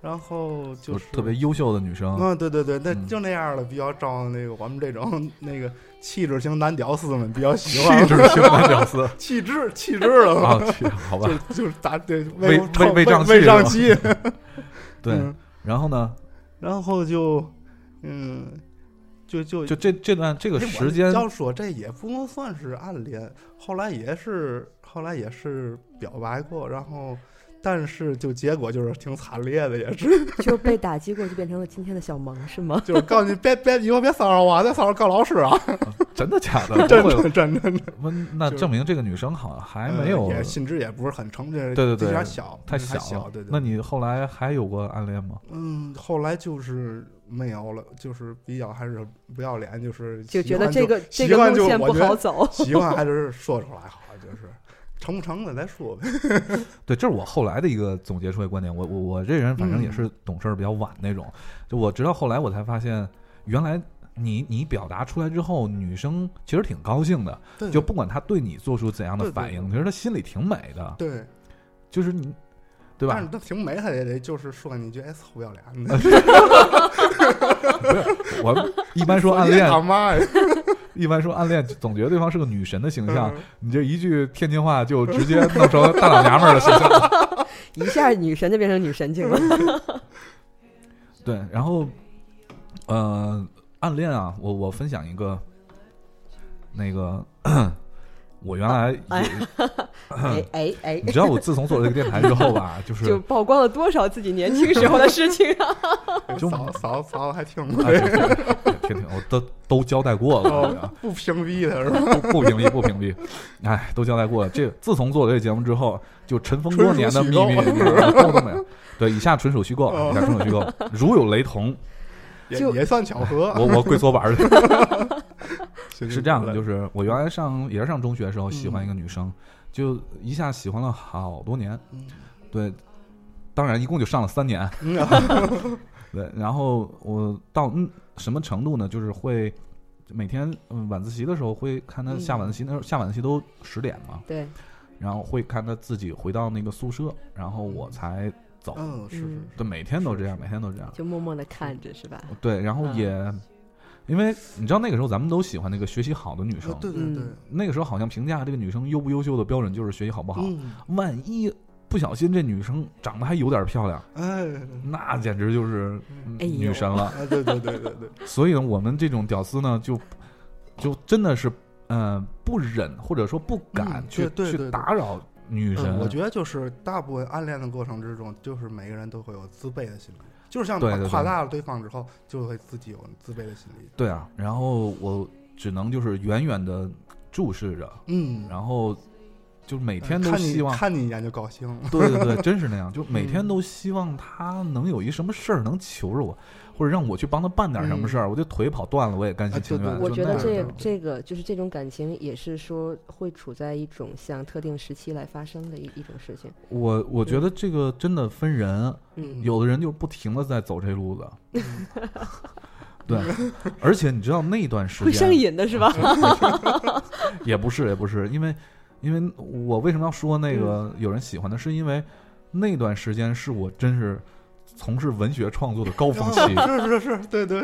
Speaker 3: 然后就是
Speaker 1: 特别优秀的女生，
Speaker 3: 嗯，对对对，那
Speaker 1: 嗯
Speaker 3: 就那样了，比较招那个我们这种 *laughs* 那个气质型男屌丝们比较喜
Speaker 1: 气
Speaker 3: 欢，
Speaker 1: 质型男屌丝
Speaker 3: *laughs* 气质气质了嘛，
Speaker 1: 啊，去好吧
Speaker 3: 就，就是咱对
Speaker 1: 胃
Speaker 3: 胃
Speaker 1: 胃胀气
Speaker 3: 胃
Speaker 1: 是吧
Speaker 3: 胀气，
Speaker 1: *laughs* 对。
Speaker 3: 嗯
Speaker 1: 然后呢，
Speaker 3: 然后就嗯，就就
Speaker 1: 就这这段这个
Speaker 3: 哎我
Speaker 1: 时间
Speaker 3: 要说这也不能算是暗恋，后来也是后来也是表白过，然后但是就结果就是挺惨烈的，也是
Speaker 2: *laughs* 就被打击过，就变成了今天的小萌，是
Speaker 3: *laughs*
Speaker 2: 吗？
Speaker 3: 就是告诉你别别以后别骚扰我，再骚扰告老
Speaker 1: *laughs*
Speaker 3: 师啊，
Speaker 1: 真的假
Speaker 3: *laughs*
Speaker 1: 的？
Speaker 3: 真
Speaker 1: 不会
Speaker 3: 真真真的，
Speaker 1: 那那
Speaker 3: 就是
Speaker 1: 证明这个女生好像还
Speaker 3: 呃
Speaker 1: 没有
Speaker 3: 也心智也不是很成，对
Speaker 1: 对对对
Speaker 3: 有点小，嗯
Speaker 1: 太
Speaker 3: 小，
Speaker 1: 小了
Speaker 3: 对对。
Speaker 1: 那你后来还有过暗恋吗？
Speaker 3: 嗯，后来就是没有了，就是比较还是不要脸，就是
Speaker 2: 就
Speaker 3: 喜
Speaker 2: 觉得
Speaker 3: 欢
Speaker 2: 这个
Speaker 3: 习
Speaker 2: 这个
Speaker 3: 惯
Speaker 2: 路
Speaker 3: 就
Speaker 2: 线
Speaker 3: 我 *laughs*
Speaker 2: 不
Speaker 3: 觉得。
Speaker 2: 好走
Speaker 3: 习惯还是说出来好，就是成不成的再说呗。
Speaker 1: 对，这是我后来的一个总结出来观点。我我我这人反正
Speaker 3: 嗯
Speaker 1: 也是懂事儿比较晚那种，就我直到后来我才发现，原来你你表达出来之后，女生其实挺高兴的，
Speaker 3: 对
Speaker 1: 就不管她对你做出怎样的
Speaker 3: 对对
Speaker 1: 反应，其实她心里挺美的，
Speaker 3: 对，
Speaker 1: 就是你，对
Speaker 3: 但
Speaker 1: 吧
Speaker 3: 是？他挺美，他也得就是说你一句哎臭不要脸的，
Speaker 1: 呃我一般 *laughs* 说暗
Speaker 3: 他
Speaker 1: 恋，
Speaker 3: 妈呀！
Speaker 1: 一般说暗恋，总觉得对方是个女神的形象，
Speaker 3: 嗯
Speaker 1: 你这一句天津话就直接弄成大老娘们儿的形象。
Speaker 2: 一下女神就变成女神经了。
Speaker 1: *laughs* 对，然后，呃，暗恋啊，我我分享一个，那个，我原
Speaker 3: 哦
Speaker 1: 来也、
Speaker 2: *laughs* 哎哎哎
Speaker 1: 你，知道，我自从做了这个电台之后吧，就
Speaker 3: *laughs*
Speaker 2: 就是曝光了多少自己年轻时候的事情啊！
Speaker 1: 就
Speaker 3: *laughs* 嫂嫂嫂子
Speaker 1: *laughs*
Speaker 3: 还挺
Speaker 1: 啊，
Speaker 3: 美，
Speaker 1: 听听，我都都交代过了，啊
Speaker 3: *laughs* 不屏蔽他是吧？
Speaker 1: *laughs* 不不屏蔽不屏蔽，哎，都交代过了。这自从做了这节目之后，就尘封多年的秘密，
Speaker 3: 纯属虚构
Speaker 1: 都都没有。对，以下纯属虚构，
Speaker 3: 哦
Speaker 1: 以下纯属虚构，如有雷同，
Speaker 3: 也
Speaker 2: 就
Speaker 3: 也算巧合。
Speaker 1: 我我跪搓板
Speaker 3: *laughs*
Speaker 1: 儿去。
Speaker 3: 行
Speaker 1: 是这样的，
Speaker 3: 来
Speaker 1: 就是我原来上也是上中学的时候喜欢一个女生，就一下喜欢了好多年。
Speaker 3: 嗯
Speaker 1: 对，当然一共就上了三年。
Speaker 3: *laughs* 嗯啊
Speaker 1: 对，然后我到嗯什么程度呢？就是会每天嗯晚自习的时候会看她
Speaker 2: 嗯
Speaker 1: 下晚自习，那时候下晚自习都十点嘛，
Speaker 2: 对，
Speaker 1: 然后会看她自己回到那个宿舍，然后我才走。
Speaker 3: 嗯，是是
Speaker 2: 嗯
Speaker 1: 对，每天都这样，每天都这样。
Speaker 2: 就默默的看着是吧？
Speaker 1: 对，然后
Speaker 2: 嗯
Speaker 1: 也。因为你知道那个时候咱们都喜欢那个学习好的女
Speaker 3: 是，
Speaker 1: 生
Speaker 3: 啊，对对对，
Speaker 2: 嗯
Speaker 1: 那个时候好像评价这个女生优不优秀的标准就是学习好不好。
Speaker 3: 嗯，
Speaker 1: 万一不小心这女生长得还有点漂亮，
Speaker 3: 哎，
Speaker 1: 那简直就是嗯
Speaker 2: 哎呦
Speaker 1: 女神
Speaker 2: *laughs*
Speaker 1: 了。
Speaker 3: 啊，对对对对对，
Speaker 1: 所以呢，我们这种屌丝呢，就就真的是嗯、呃不忍或者说不敢
Speaker 3: 嗯
Speaker 1: 去、
Speaker 3: 对对对
Speaker 1: 去打扰 *laughs* 女神。
Speaker 3: 嗯我觉得就是大部分暗恋的过程之中，就是每个人都会有自卑的心理，就是像
Speaker 1: 对对对
Speaker 3: 夸大了对方之后，就会自己有自卑的心理。
Speaker 1: 对啊，然后我只能就是远远的注视着，
Speaker 3: 嗯，
Speaker 1: 然后就每
Speaker 3: 每
Speaker 1: 天都希望。
Speaker 3: 看你一眼嗯就高兴。
Speaker 1: *laughs* 对对对，真是
Speaker 3: *laughs*
Speaker 1: 那样，就每天都希望他能有一什么事儿能求着我，或者让我去帮他办点什么事儿，我就腿跑断了我也甘心情愿。
Speaker 3: 嗯啊对对
Speaker 2: 我
Speaker 1: 就
Speaker 2: 觉
Speaker 1: 那
Speaker 2: 得
Speaker 1: 样
Speaker 2: 这
Speaker 3: 对
Speaker 2: 这个就是这种感情，也是说会处在一种像特定时期来发生的一一种事情。
Speaker 1: 我我觉
Speaker 3: 嗯
Speaker 1: 得这个真的分人，
Speaker 2: 嗯，
Speaker 1: 有的人就不停的在走这路子。
Speaker 3: *laughs*
Speaker 1: 对，而且你知道那段时
Speaker 2: 会上
Speaker 1: 间
Speaker 2: 瘾的是吧？ *laughs*
Speaker 1: 也不是也不是，因为因为我为什么要说那个
Speaker 2: 嗯
Speaker 1: 有人喜欢的，是因为那段时间是我真是从事文学创作的高
Speaker 2: *laughs*
Speaker 3: *laughs*
Speaker 1: 峰期，
Speaker 3: 啊是是是，对对，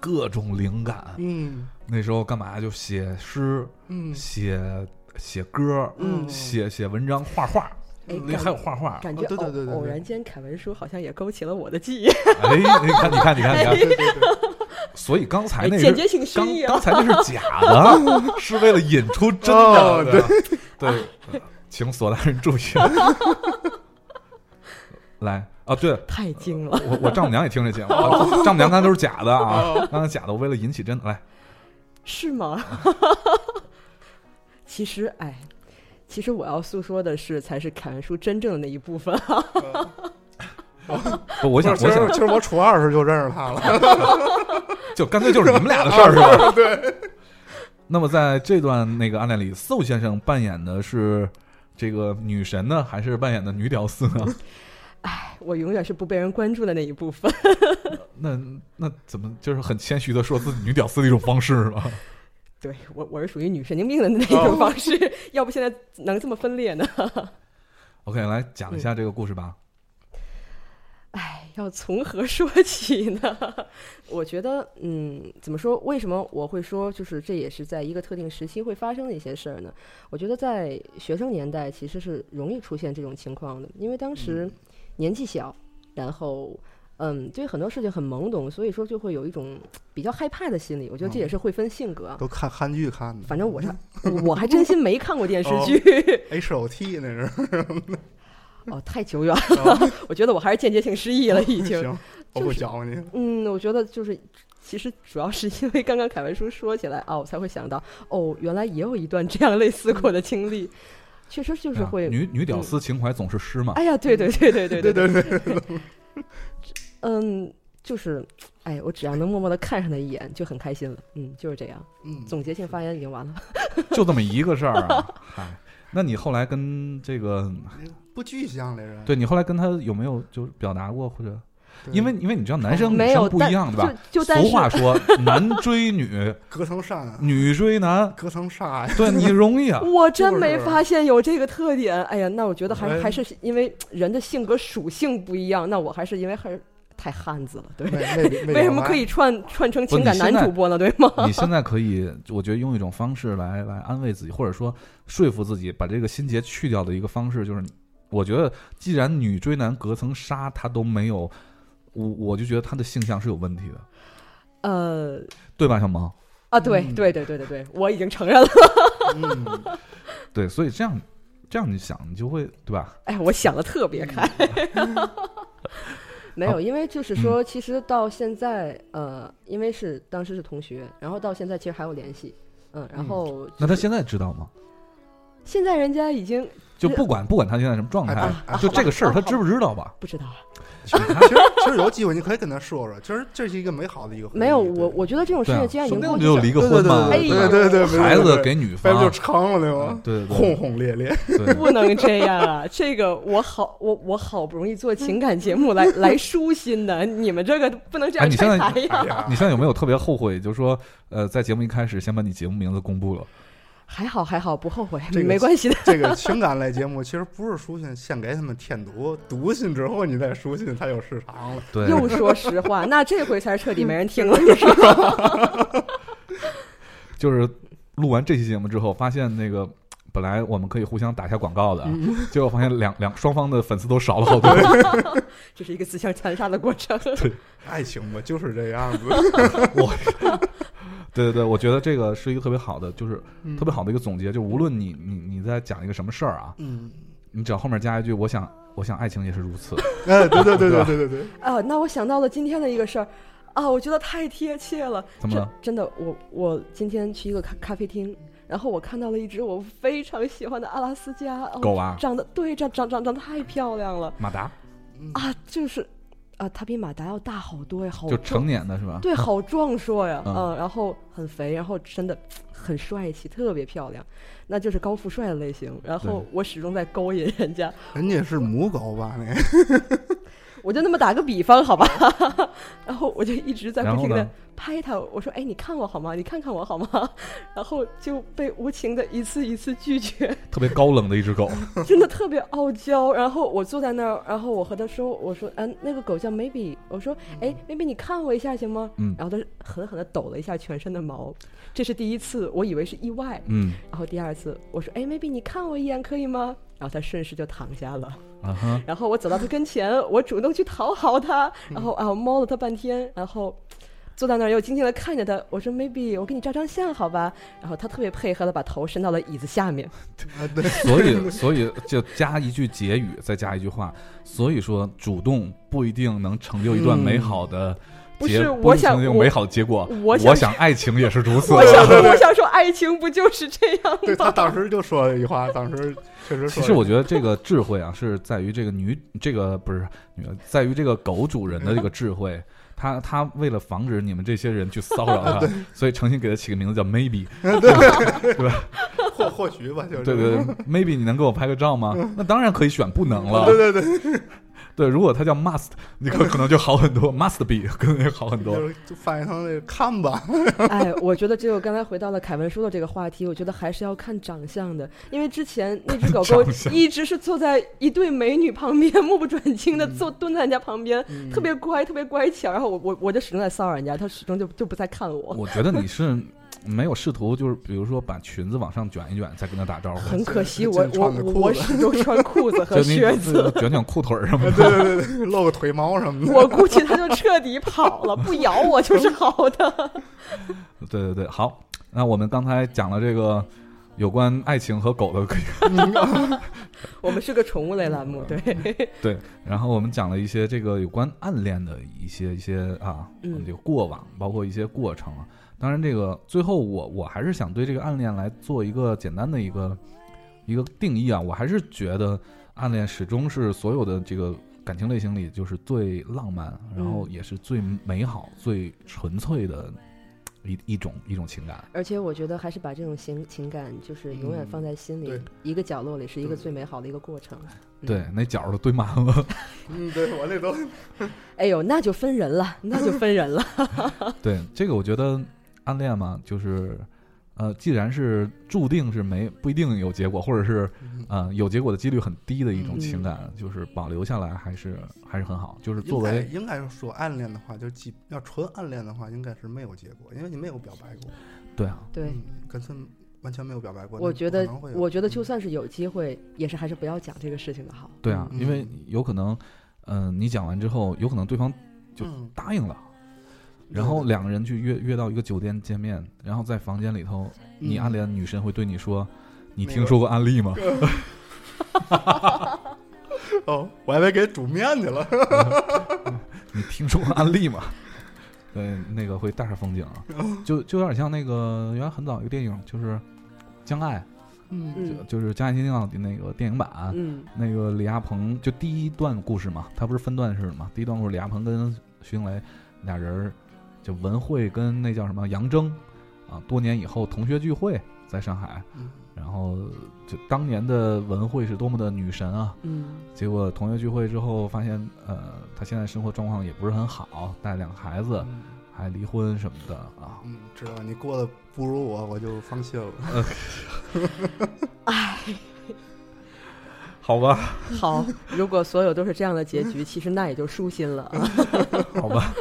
Speaker 1: 各种灵感。
Speaker 3: 嗯
Speaker 1: 那时候干嘛就写诗， *laughs*
Speaker 3: 嗯
Speaker 1: 写写歌，
Speaker 2: 嗯
Speaker 1: 写写文章，画画，
Speaker 2: 哎
Speaker 1: 那还有画画。
Speaker 2: 感
Speaker 3: 哦
Speaker 2: 觉
Speaker 3: 对对
Speaker 2: 偶
Speaker 3: 对对
Speaker 2: 偶
Speaker 3: 对
Speaker 2: 然间，凯文叔好像也勾起了我的记忆，
Speaker 1: 哎，你看，你看，你看，你
Speaker 2: *laughs*
Speaker 1: 看，
Speaker 3: 对对对，
Speaker 1: 所以刚才
Speaker 2: 哎
Speaker 1: 那
Speaker 2: 间
Speaker 1: 是
Speaker 2: 接性失
Speaker 1: 刚
Speaker 2: 忆啊
Speaker 1: 刚！才那是假的，是为了引出真的。
Speaker 3: 哦
Speaker 1: 对对，请索大人注意。 *laughs* 来啊，对
Speaker 2: 太精了，
Speaker 1: 我我丈母娘也听这节目，啊丈母娘刚才都是假的啊，刚才假的，我为了引起真的来。
Speaker 2: 是吗？ *laughs* 其实，哎，其实我要诉说的是，才是凯文叔真正的那一部分。 *laughs*
Speaker 1: 不，我想
Speaker 3: 其
Speaker 1: 我
Speaker 3: 实
Speaker 1: 想
Speaker 3: 其实我初二时就认识他了。 *laughs*
Speaker 1: 就干脆就是你们俩的事儿，是吧？哦对。那么在这段那个暗恋里，邹先生扮演的是这个女神呢，还是扮演的女屌丝呢？ *laughs*
Speaker 2: 我永远是不被人关注的那一部分。
Speaker 1: 那那怎么就是很谦虚的说自己女屌丝的一种方式是吧？
Speaker 2: 对我，我是属于女神经病的那一种方式， *laughs* 要不现在能这么分裂呢？
Speaker 1: OK，来讲一
Speaker 2: 嗯
Speaker 1: 下这个故事吧。
Speaker 2: 哎，要从何说起呢？ *laughs* 我觉得，嗯，怎么说？为什么我会说，就是这也是在一个特定时期会发生的一些事儿呢？我觉得在学生年代其实是容易出现这种情况的，因为当时
Speaker 3: 嗯
Speaker 2: 年纪小，然后。嗯，对很多事情很懵懂，所以说就会有一种比较害怕的心理。我觉得
Speaker 3: 哦
Speaker 2: 这也是会分性格啊。
Speaker 3: 都看韩剧看的，嗯
Speaker 2: 反正我
Speaker 3: *laughs*
Speaker 2: 是我还真心没看过电视剧，*laughs*
Speaker 3: 哦 H O T 那是。
Speaker 2: 哦，太久远了，
Speaker 3: 哦
Speaker 2: 我觉得我还是间接性失忆了，已经。
Speaker 3: 行，我不教你。
Speaker 2: 嗯，我觉得就是，其实主要是因为刚刚凯文叔说起来啊，我才会想到，哦，原来也有一段这样类似过的经历，确实就是
Speaker 1: 哎呀
Speaker 2: 会，
Speaker 1: 嗯
Speaker 2: 嗯
Speaker 1: 女女屌丝情怀总是诗
Speaker 2: *laughs*
Speaker 1: 嘛。
Speaker 2: 哎呀，对对对对对
Speaker 3: 对
Speaker 2: 对，
Speaker 3: 对对，
Speaker 2: 嗯，就是，哎，我只要能默默的看上他一眼，就很开心了，嗯，就是这样。
Speaker 3: 嗯，
Speaker 2: 总结性发言已经完了， *laughs*
Speaker 1: 就这么一个事儿啊。嗨，那你后来跟这个，
Speaker 3: 不具象这人，
Speaker 1: 对你后来跟他有没有就是表达过或者？
Speaker 3: 对
Speaker 1: 因为因为你知道男生女
Speaker 2: 没有
Speaker 1: 生不一样对吧？？
Speaker 2: 但就就但
Speaker 1: 俗话
Speaker 2: 是
Speaker 1: 说，男追女，
Speaker 3: 隔层扇啊，
Speaker 1: 女追男，
Speaker 3: 隔层煞呀，
Speaker 1: 对你容易啊。
Speaker 2: 我真没
Speaker 3: 就是
Speaker 2: 发现有这个特点。哎呀，那我觉得还
Speaker 3: 哎
Speaker 2: 还是因为人的性格属性不一样。那我还是因为还是太汉子了，对。
Speaker 3: 为为
Speaker 2: 为什么 *laughs* 可以串串成情感
Speaker 1: 不
Speaker 2: 男
Speaker 1: 你现在
Speaker 2: 主播呢？对吗？
Speaker 1: 你现在可以，我觉得用一种方式来来安慰自己，或者说说服自己，把这个心结去掉的一个方式，就是我觉得既然女追男隔层纱，他都没有，我我就觉得他的性向是有问题的，
Speaker 2: *laughs* 呃，
Speaker 1: 对吧，小萌？
Speaker 2: 啊，对
Speaker 3: 嗯
Speaker 2: 对对对对对，我已经承认了。 *laughs*
Speaker 3: 嗯，
Speaker 1: 对，所以这样这样你想，你就会对吧？
Speaker 2: 哎，我想的特别开。 *laughs* 没
Speaker 1: 嗯
Speaker 2: 有，
Speaker 1: 好
Speaker 2: 因为就是说，其实到现在，呃，因为是当时是同学，然后到现在其实还有联系，嗯，然
Speaker 3: 嗯
Speaker 2: 后
Speaker 1: 那他现
Speaker 2: 现
Speaker 1: 在知道吗？
Speaker 2: 现在人家已经
Speaker 1: 就不管不管他现在什么状态，
Speaker 3: 哎哎
Speaker 1: 就这个事儿他知不知道吧？
Speaker 2: 不知道了。
Speaker 3: 其实其实其实有机会你可以跟他说说，其实这是一个美好的一个回忆。
Speaker 2: 没有，我
Speaker 3: 对
Speaker 2: 我觉得这种事
Speaker 1: 对啊，
Speaker 2: 情既然已
Speaker 1: 说
Speaker 2: 经
Speaker 1: 不
Speaker 2: 过
Speaker 1: 定
Speaker 2: 去
Speaker 1: 就离个
Speaker 2: 了，
Speaker 1: 婚嘛，
Speaker 2: 哎
Speaker 3: 对
Speaker 2: 呦
Speaker 3: 对
Speaker 1: 吧
Speaker 3: 对对，没
Speaker 1: 孩子
Speaker 3: 错
Speaker 1: 给女
Speaker 3: 掰
Speaker 1: 方
Speaker 3: 不，就成了对
Speaker 1: 嗯
Speaker 3: 吗？
Speaker 1: 对对
Speaker 3: 轰
Speaker 1: 对
Speaker 3: 轰烈烈，
Speaker 1: 对，
Speaker 2: *laughs* 不能这样啊！这个我好，我我好不容易做情感节目来来舒心的，你们这个不能这
Speaker 1: 哎
Speaker 2: 样
Speaker 1: 你现在
Speaker 2: 拆台呀！
Speaker 3: 哎 *laughs* 呀
Speaker 1: 你现在有没有特别后悔？就是说，呃，在节目一开始先把你节目名字公布了，
Speaker 2: 还好还好，不后悔，
Speaker 3: 这个
Speaker 2: 没关系的。
Speaker 3: 这个情感类节目其实不是书信，献给他们添堵，读信之后你再书信，它有市场了。
Speaker 1: 对，
Speaker 2: 又说实话，那这回才是彻底没人听了。
Speaker 1: *laughs* 就是录完这期节目之后，发现那个本来我们可以互相打一下广告的， *laughs* 结果发现两两双方的粉丝都少了好多。
Speaker 2: 这是一个自相残杀的过程。
Speaker 3: 爱情嘛，就是这样子，
Speaker 1: *laughs*
Speaker 2: *laughs*
Speaker 1: 对对对，我觉得这个是一个特别好的，就是
Speaker 3: 嗯
Speaker 1: 特别好的一个总结。就无论你你你在讲一个什么事儿啊，
Speaker 3: 嗯，
Speaker 1: 你只要后面加一句“我想我想爱情也是如此
Speaker 3: 哎，对对对对对对对，
Speaker 2: 啊，那我想到了今天的一个事儿，啊，我觉得太贴切了。
Speaker 1: 怎么
Speaker 2: 这
Speaker 1: 了
Speaker 2: 真的，我我今天去一个咖咖啡厅，然后我看到了一只我非常喜欢的阿拉斯加哦”，
Speaker 1: 狗啊，
Speaker 2: 长得对，长长长长得太漂亮了
Speaker 1: 马达
Speaker 3: 嗯
Speaker 2: 啊，就是啊，它比马达要大好多呀，好
Speaker 1: 就
Speaker 2: 壮
Speaker 1: 成年的是吧？
Speaker 2: 对，好壮硕呀，
Speaker 1: 嗯
Speaker 2: 嗯，然后很肥，然后真的很帅气，特别漂亮，那就是高富帅的类型。然后
Speaker 1: 对
Speaker 2: 我始终在勾引人家，
Speaker 3: 人家是母狗吧？那个
Speaker 2: 我就那么打个比方，好吧？ *laughs* 然后我就一直在
Speaker 1: 然
Speaker 2: 不
Speaker 1: 后
Speaker 2: 停
Speaker 1: 呢
Speaker 2: 的？拍他，我说：“哎，你看我好吗？你看看我好吗？”然后就被无情的一次一次拒绝，
Speaker 1: 特别高冷的一只狗，
Speaker 2: 真的特别傲娇。然后我坐在那儿，然后我和他说：“我说，嗯、那个狗叫 Maybe，我说，哎，Maybe，你看我一下行吗？”
Speaker 1: 嗯
Speaker 2: 然后他狠狠的抖了一下全身的毛，这是第一次，我以为是意外。
Speaker 1: 嗯
Speaker 2: 然后第二次，我说：“哎，Maybe，你看我一眼可以吗？”然后他顺势就躺下了。
Speaker 1: 啊哈，
Speaker 2: 然后我走到他跟前，我主动去讨好他，
Speaker 1: 嗯
Speaker 2: 然后啊，我猫了他半天，然后坐在那儿又静静的看着他。我说 maybe 我给你照张相好吧？然后他特别配合的把头伸到了椅子下面。
Speaker 3: 啊，对，
Speaker 1: 所
Speaker 2: *laughs*
Speaker 1: 以，所以就加一句结语，再加一句话。所以说，主动不一定能成就一段美好的
Speaker 2: 嗯不
Speaker 1: 结，
Speaker 2: 是
Speaker 1: 不
Speaker 2: 我
Speaker 1: 一定
Speaker 2: 想
Speaker 1: 成就
Speaker 2: 我
Speaker 1: 美好的结果。
Speaker 2: 我想
Speaker 1: 爱情也是如此。
Speaker 2: *laughs* 我想，我想说，爱情不就是这样
Speaker 3: 对他
Speaker 2: 吗？
Speaker 3: 当时就说了一句话，当时确实说了一
Speaker 1: 其
Speaker 3: 句，
Speaker 1: 实我觉得这个智慧啊，是在于这个女，这个不是女，在于这个狗主人的这个智慧。他他为了防止你们这些人去骚扰
Speaker 2: *laughs*
Speaker 1: 他，所以诚心给他起个名字叫 Maybe。
Speaker 3: 或或许吧，就是
Speaker 1: 对对对，Maybe 你能给我拍个照吗？
Speaker 2: 嗯
Speaker 1: 那当然可以选不能了。
Speaker 3: 对对对，
Speaker 1: 对，如果他叫 Must，你可可能就好很多，Must be 可能就好很多。
Speaker 3: 就是就翻译成那个看吧，
Speaker 2: *laughs* 哎，我觉得只有刚才回到了凯文说的这个话题，我觉得还是要看长相的，因为之前那只狗狗
Speaker 1: 长相
Speaker 2: 一直是坐在一对美女旁边，目不转睛的坐蹲在人家旁边，特别乖，特别乖巧。然后我我我就始终在骚扰人家，他始终就就不再看 *laughs* 我。
Speaker 1: 我觉得你是没有试图，就是比如说把裙子往上卷一卷，再跟他打招呼，
Speaker 2: 很可惜，
Speaker 3: 就
Speaker 2: 我
Speaker 3: 就
Speaker 2: 我
Speaker 3: 穿个
Speaker 2: 我
Speaker 3: 裤
Speaker 2: 我
Speaker 3: 子
Speaker 2: 始终穿裤子和
Speaker 1: *laughs* 就你呃
Speaker 2: 靴子，
Speaker 1: 卷卷裤腿儿什么
Speaker 3: 对
Speaker 1: 的。
Speaker 3: 对对对，露个腿毛什么的，
Speaker 2: 我估计他就彻底跑了，不咬我就是好的。
Speaker 1: 对对对，好，那我们刚才讲了这个有关爱情和狗的，
Speaker 2: 我们是个宠物类栏目，对，
Speaker 1: 对，然后我们讲了一些这个有关暗恋的一些一些啊，我
Speaker 2: 嗯
Speaker 1: 们这个过往，包括一些过程啊。当然，这个最后我我还是想对这个暗恋来做一个简单的一个一个定义啊，我还是觉得暗恋始终是所有的这个感情类型
Speaker 2: 嗯
Speaker 1: 里就是最浪漫，然后也是最美好、最纯粹的一一种一种情感。
Speaker 2: 而且我觉得还是把这种情情感，就是永远
Speaker 3: 嗯
Speaker 2: 放在心里
Speaker 3: 对，
Speaker 2: 一个角落里是一个
Speaker 3: 对
Speaker 2: 最美好的一个过程。嗯
Speaker 1: 对，那角儿都堆满了。
Speaker 3: 嗯，对我那都
Speaker 2: 哎呦，那就分人了，那就分人
Speaker 3: *laughs*
Speaker 2: 了。
Speaker 1: 对，这个我觉得暗恋嘛，就是呃，既然是注定是没不一定有结果，或者是呃有结果的几率很低的一种情感，就是保留下来还是还是很好。就是作
Speaker 3: 应该
Speaker 1: 为
Speaker 3: 应该说暗恋的话，就即要纯暗恋的话，应该是没有结果，因为你没有表白过，
Speaker 1: 对啊，
Speaker 2: 对，
Speaker 3: 嗯，干脆完全没有表白过。
Speaker 2: 我
Speaker 3: 那
Speaker 2: 觉
Speaker 3: 不
Speaker 2: 得
Speaker 3: 可能会，有
Speaker 2: 我觉得就
Speaker 3: 嗯
Speaker 2: 算是有机会，也是还是不要讲这个事情的好。
Speaker 1: 对啊，
Speaker 3: 嗯
Speaker 1: 因为有可能嗯、你讲完之后，有可能对方就
Speaker 3: 嗯
Speaker 1: 答应了。然后两个人去约约到一个酒店见面，然后在房间里头，你暗恋的女神会对你说：“你
Speaker 3: 那
Speaker 1: 听
Speaker 3: 个
Speaker 1: 说过安利吗？”
Speaker 3: 哦，我还以为给煮面去了。
Speaker 1: 你听说过安利吗？ *laughs* 对，那个会带上风景啊，就就有点像那个原来很早一个电影，就是《将爱》，
Speaker 3: 嗯
Speaker 2: 嗯
Speaker 1: 就是《将爱情电影》的那个电影版。
Speaker 2: 嗯
Speaker 1: 那个李亚鹏就第一段故事嘛，他不是分段式的嘛？第一段故事，李亚鹏跟徐静蕾俩人儿就文慧跟那叫什么杨铮啊，多年以后同学聚会在上海，
Speaker 3: 嗯
Speaker 1: 然后就当年的文慧是多么的女神啊，
Speaker 2: 嗯
Speaker 1: 结果同学聚会之后发现，呃，他现在生活状况也不是很好，带两个孩子，
Speaker 3: 嗯
Speaker 1: 还离婚什么的啊。
Speaker 3: 嗯，知道你过得不如我，我就放弃了。
Speaker 1: 好吧，
Speaker 3: *laughs*
Speaker 2: 好，如果所有都是这样的结局，其实那也就舒心了。
Speaker 1: 好吧。 *laughs*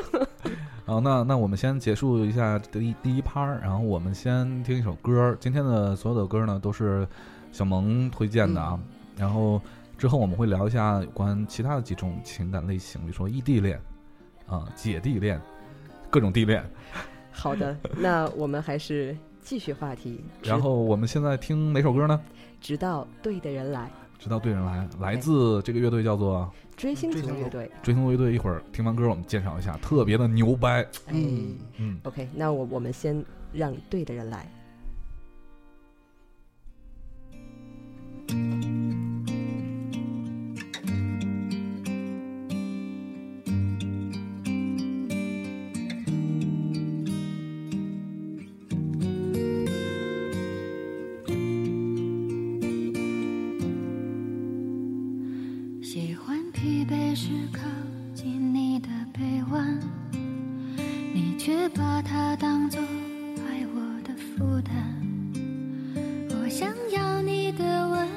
Speaker 1: 好，那那我们先结束一下第一第一趴儿，然后我们先听一首歌儿。今天的所有的歌儿呢，都是小萌推荐的啊。然后之后我们会聊一下有关其他的几种情感类型，比如说异地恋啊、姐弟恋，各种地恋。
Speaker 2: 好的，那我们还是继续话题，直
Speaker 1: 然后我们现在听哪首歌呢？
Speaker 2: 直到对的人来，
Speaker 1: 直到对人来，来自这个乐队叫做。
Speaker 2: 追星
Speaker 3: 追
Speaker 2: 族
Speaker 3: 星
Speaker 2: 乐
Speaker 3: 族
Speaker 2: 队。
Speaker 1: 追星乐队一会儿听完歌我们介绍一下，特别的牛掰。
Speaker 2: 哎
Speaker 3: 嗯，
Speaker 1: 嗯，
Speaker 2: ，OK，那我我们先让对的人来。
Speaker 4: 喜欢疲惫时靠近你的臂弯，你却把它当作爱我的负担。我想要你的吻，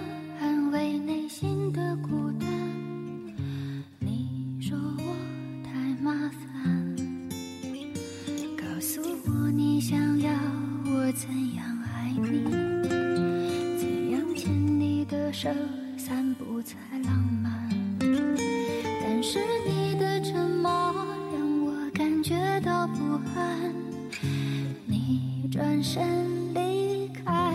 Speaker 4: 安慰内心的孤单。你说我太麻烦，告诉我你想要我怎样爱你。怎样牵你的手散步才浪漫？但是你的沉默让我感觉到不安。你转身离开，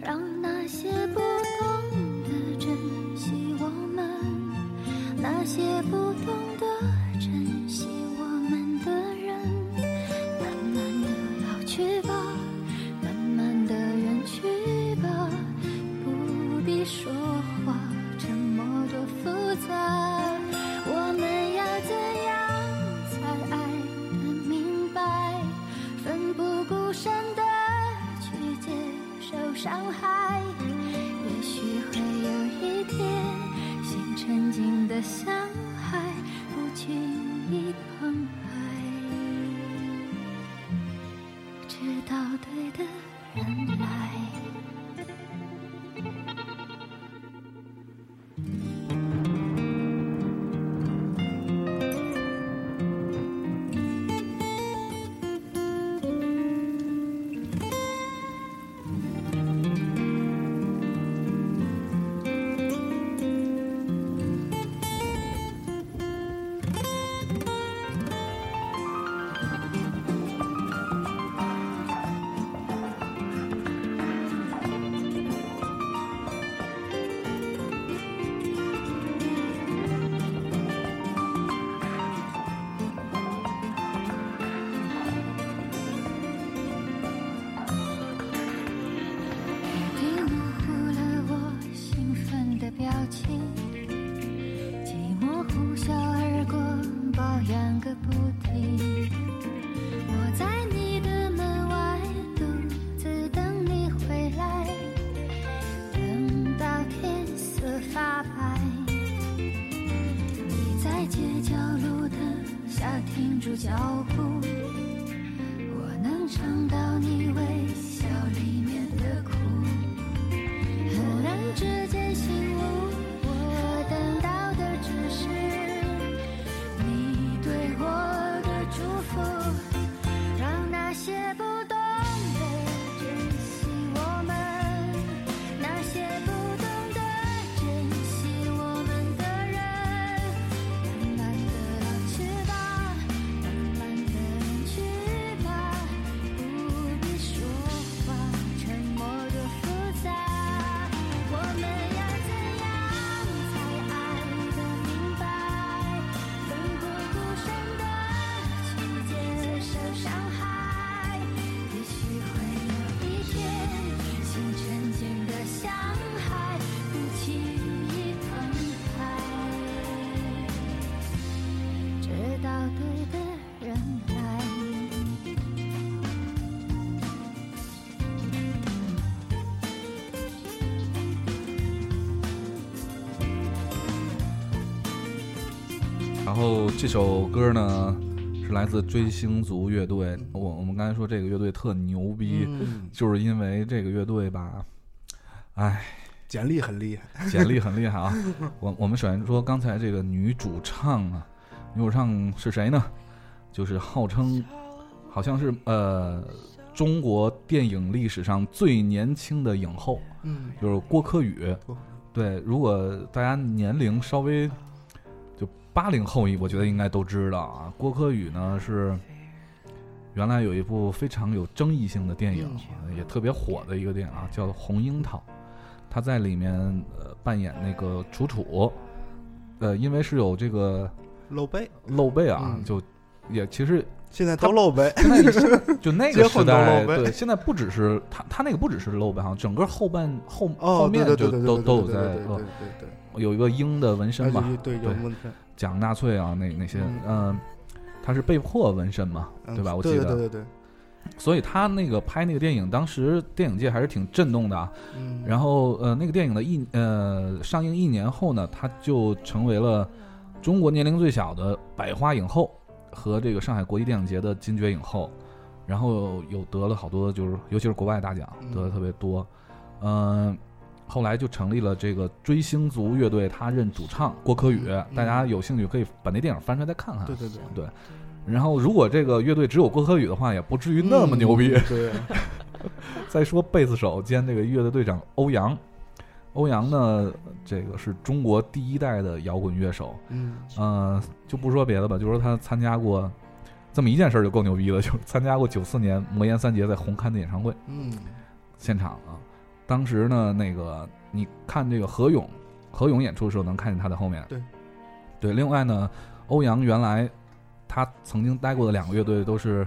Speaker 4: 让那些不懂得珍惜我们，那些不懂得珍惜我们的人，慢慢的老去吧。慢慢的远去吧，不必说话，沉默多复杂。我们要怎样才爱得明白？奋不顾身的去接受伤害，也许会有一天，心沉静的像海，不轻易澎湃。直到对的人来。停住脚步，我能尝到你微笑里面的苦。忽然之间醒悟，我等到的只是你对我的祝福，让那些不懂得珍惜我们。那些不懂得珍惜我们的人，慢慢的去吧，慢慢的去吧，不必说话，沉默的复杂。我们要怎样才爱得明白？奋不顾身的去接受伤害，也许会有一天。心沉静的像海，不轻易澎湃，直到对的人来。
Speaker 1: 然后这首歌呢是来自追星族乐队，我我们刚才说这个乐队特牛逼，
Speaker 3: 嗯，
Speaker 1: 就是因为这个乐队吧，哎，
Speaker 3: 简历很厉害，
Speaker 1: 简历很厉害啊。我我们首先说刚才这个女主唱啊，女主唱是谁呢？就是号称好像是呃中国电影历史上最年轻的影后，
Speaker 3: 嗯，
Speaker 1: 就是郭柯宇
Speaker 3: 郭柯宇。
Speaker 1: 对，如果大家年龄稍微就八零后，我觉得应该都知道啊。郭柯宇呢是原来有一部非常有争议性的电影，也特别火的一个电影啊，叫《红樱桃》。他在里面呃扮演那个楚楚，呃，因为是有这个
Speaker 3: 露背，
Speaker 1: 露背啊，
Speaker 3: 嗯
Speaker 1: 就也其实
Speaker 3: 现在都露背，
Speaker 1: *laughs* 现在
Speaker 3: *laughs*
Speaker 1: 就那个
Speaker 3: 结
Speaker 1: 时
Speaker 3: 婚都
Speaker 1: 代，
Speaker 3: 露背
Speaker 1: 对，现在不只是他他那个不只是露背，好像整个后半后后
Speaker 3: 哦，对
Speaker 1: 面
Speaker 3: 对
Speaker 1: 就
Speaker 3: 对对对
Speaker 1: 都
Speaker 3: 对
Speaker 1: 都有
Speaker 3: 对
Speaker 1: 在
Speaker 3: 对
Speaker 1: 露
Speaker 3: 对对对，
Speaker 1: 有一个鹰的纹身
Speaker 3: 啊
Speaker 1: 吧，
Speaker 3: 有对有
Speaker 1: 对
Speaker 3: 问题，
Speaker 1: 讲纳粹啊那那些，
Speaker 3: 嗯
Speaker 1: 嗯，他是被迫纹身嘛，
Speaker 3: 嗯
Speaker 1: 对吧？我记
Speaker 3: 对对
Speaker 1: 得，
Speaker 3: 对对对，
Speaker 1: 所以他那个拍那个电影，当时电影界还是挺震动的啊。
Speaker 3: 嗯，
Speaker 1: 然后呃，那个电影的一呃上映一年后呢，她就成为了中国年龄最小的百花影后和这个上海国际电影节的金爵影后，然后有得了好多就是尤其是国外大奖
Speaker 3: 嗯
Speaker 1: 得的特别多，嗯、后来就成立了这个追星族乐队，她任主唱郭可宇，
Speaker 3: 嗯
Speaker 1: 大家有兴趣可以把那电影翻出来再看看
Speaker 3: 对。对对，
Speaker 1: 然后如果这个乐队只有郭可宇的话，也不至于那么牛逼。
Speaker 3: 嗯，对，
Speaker 1: 再说贝斯手兼这个乐队队长欧阳，欧阳呢，这个是中国第一代的摇滚乐手，
Speaker 3: 嗯，
Speaker 1: 嗯、就不说别的吧，就说他参加过这么一件事儿就够牛逼了， *laughs* 就是参加过九四年魔岩三杰在红磡的演唱会
Speaker 3: 嗯，
Speaker 1: 现场啊。当时呢，那个你看这个何勇，何勇演出的时候能看见他在后面。
Speaker 3: 对，
Speaker 1: 对。另外呢，欧阳原来他曾经待过的两个乐队都是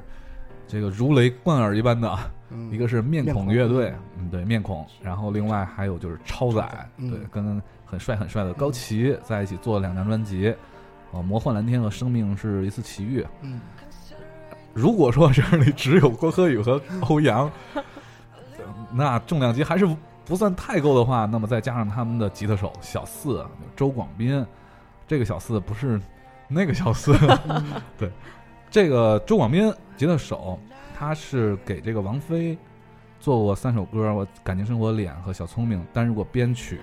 Speaker 1: 这个如雷贯耳一般的啊
Speaker 3: 嗯
Speaker 1: 一个是面
Speaker 3: 面
Speaker 1: 孔
Speaker 3: 孔
Speaker 1: 乐队，嗯，对，面孔，然后另外还有就是超载，
Speaker 3: 嗯
Speaker 1: 对，跟很帅很帅的高旗在一起做了两张专辑，呃，魔幻蓝天和生命是一次奇遇。
Speaker 3: 嗯，
Speaker 1: 如果说这里只有郭柯宇和欧阳， *laughs* 呃那重量级还是不算太够的话，那么再加上他们的吉他手小四周广斌，这个小四不是那个小四，对，这个周广斌吉他手，他是给这个王菲做过三首歌，我感情生活、脸和小聪明担任过编曲，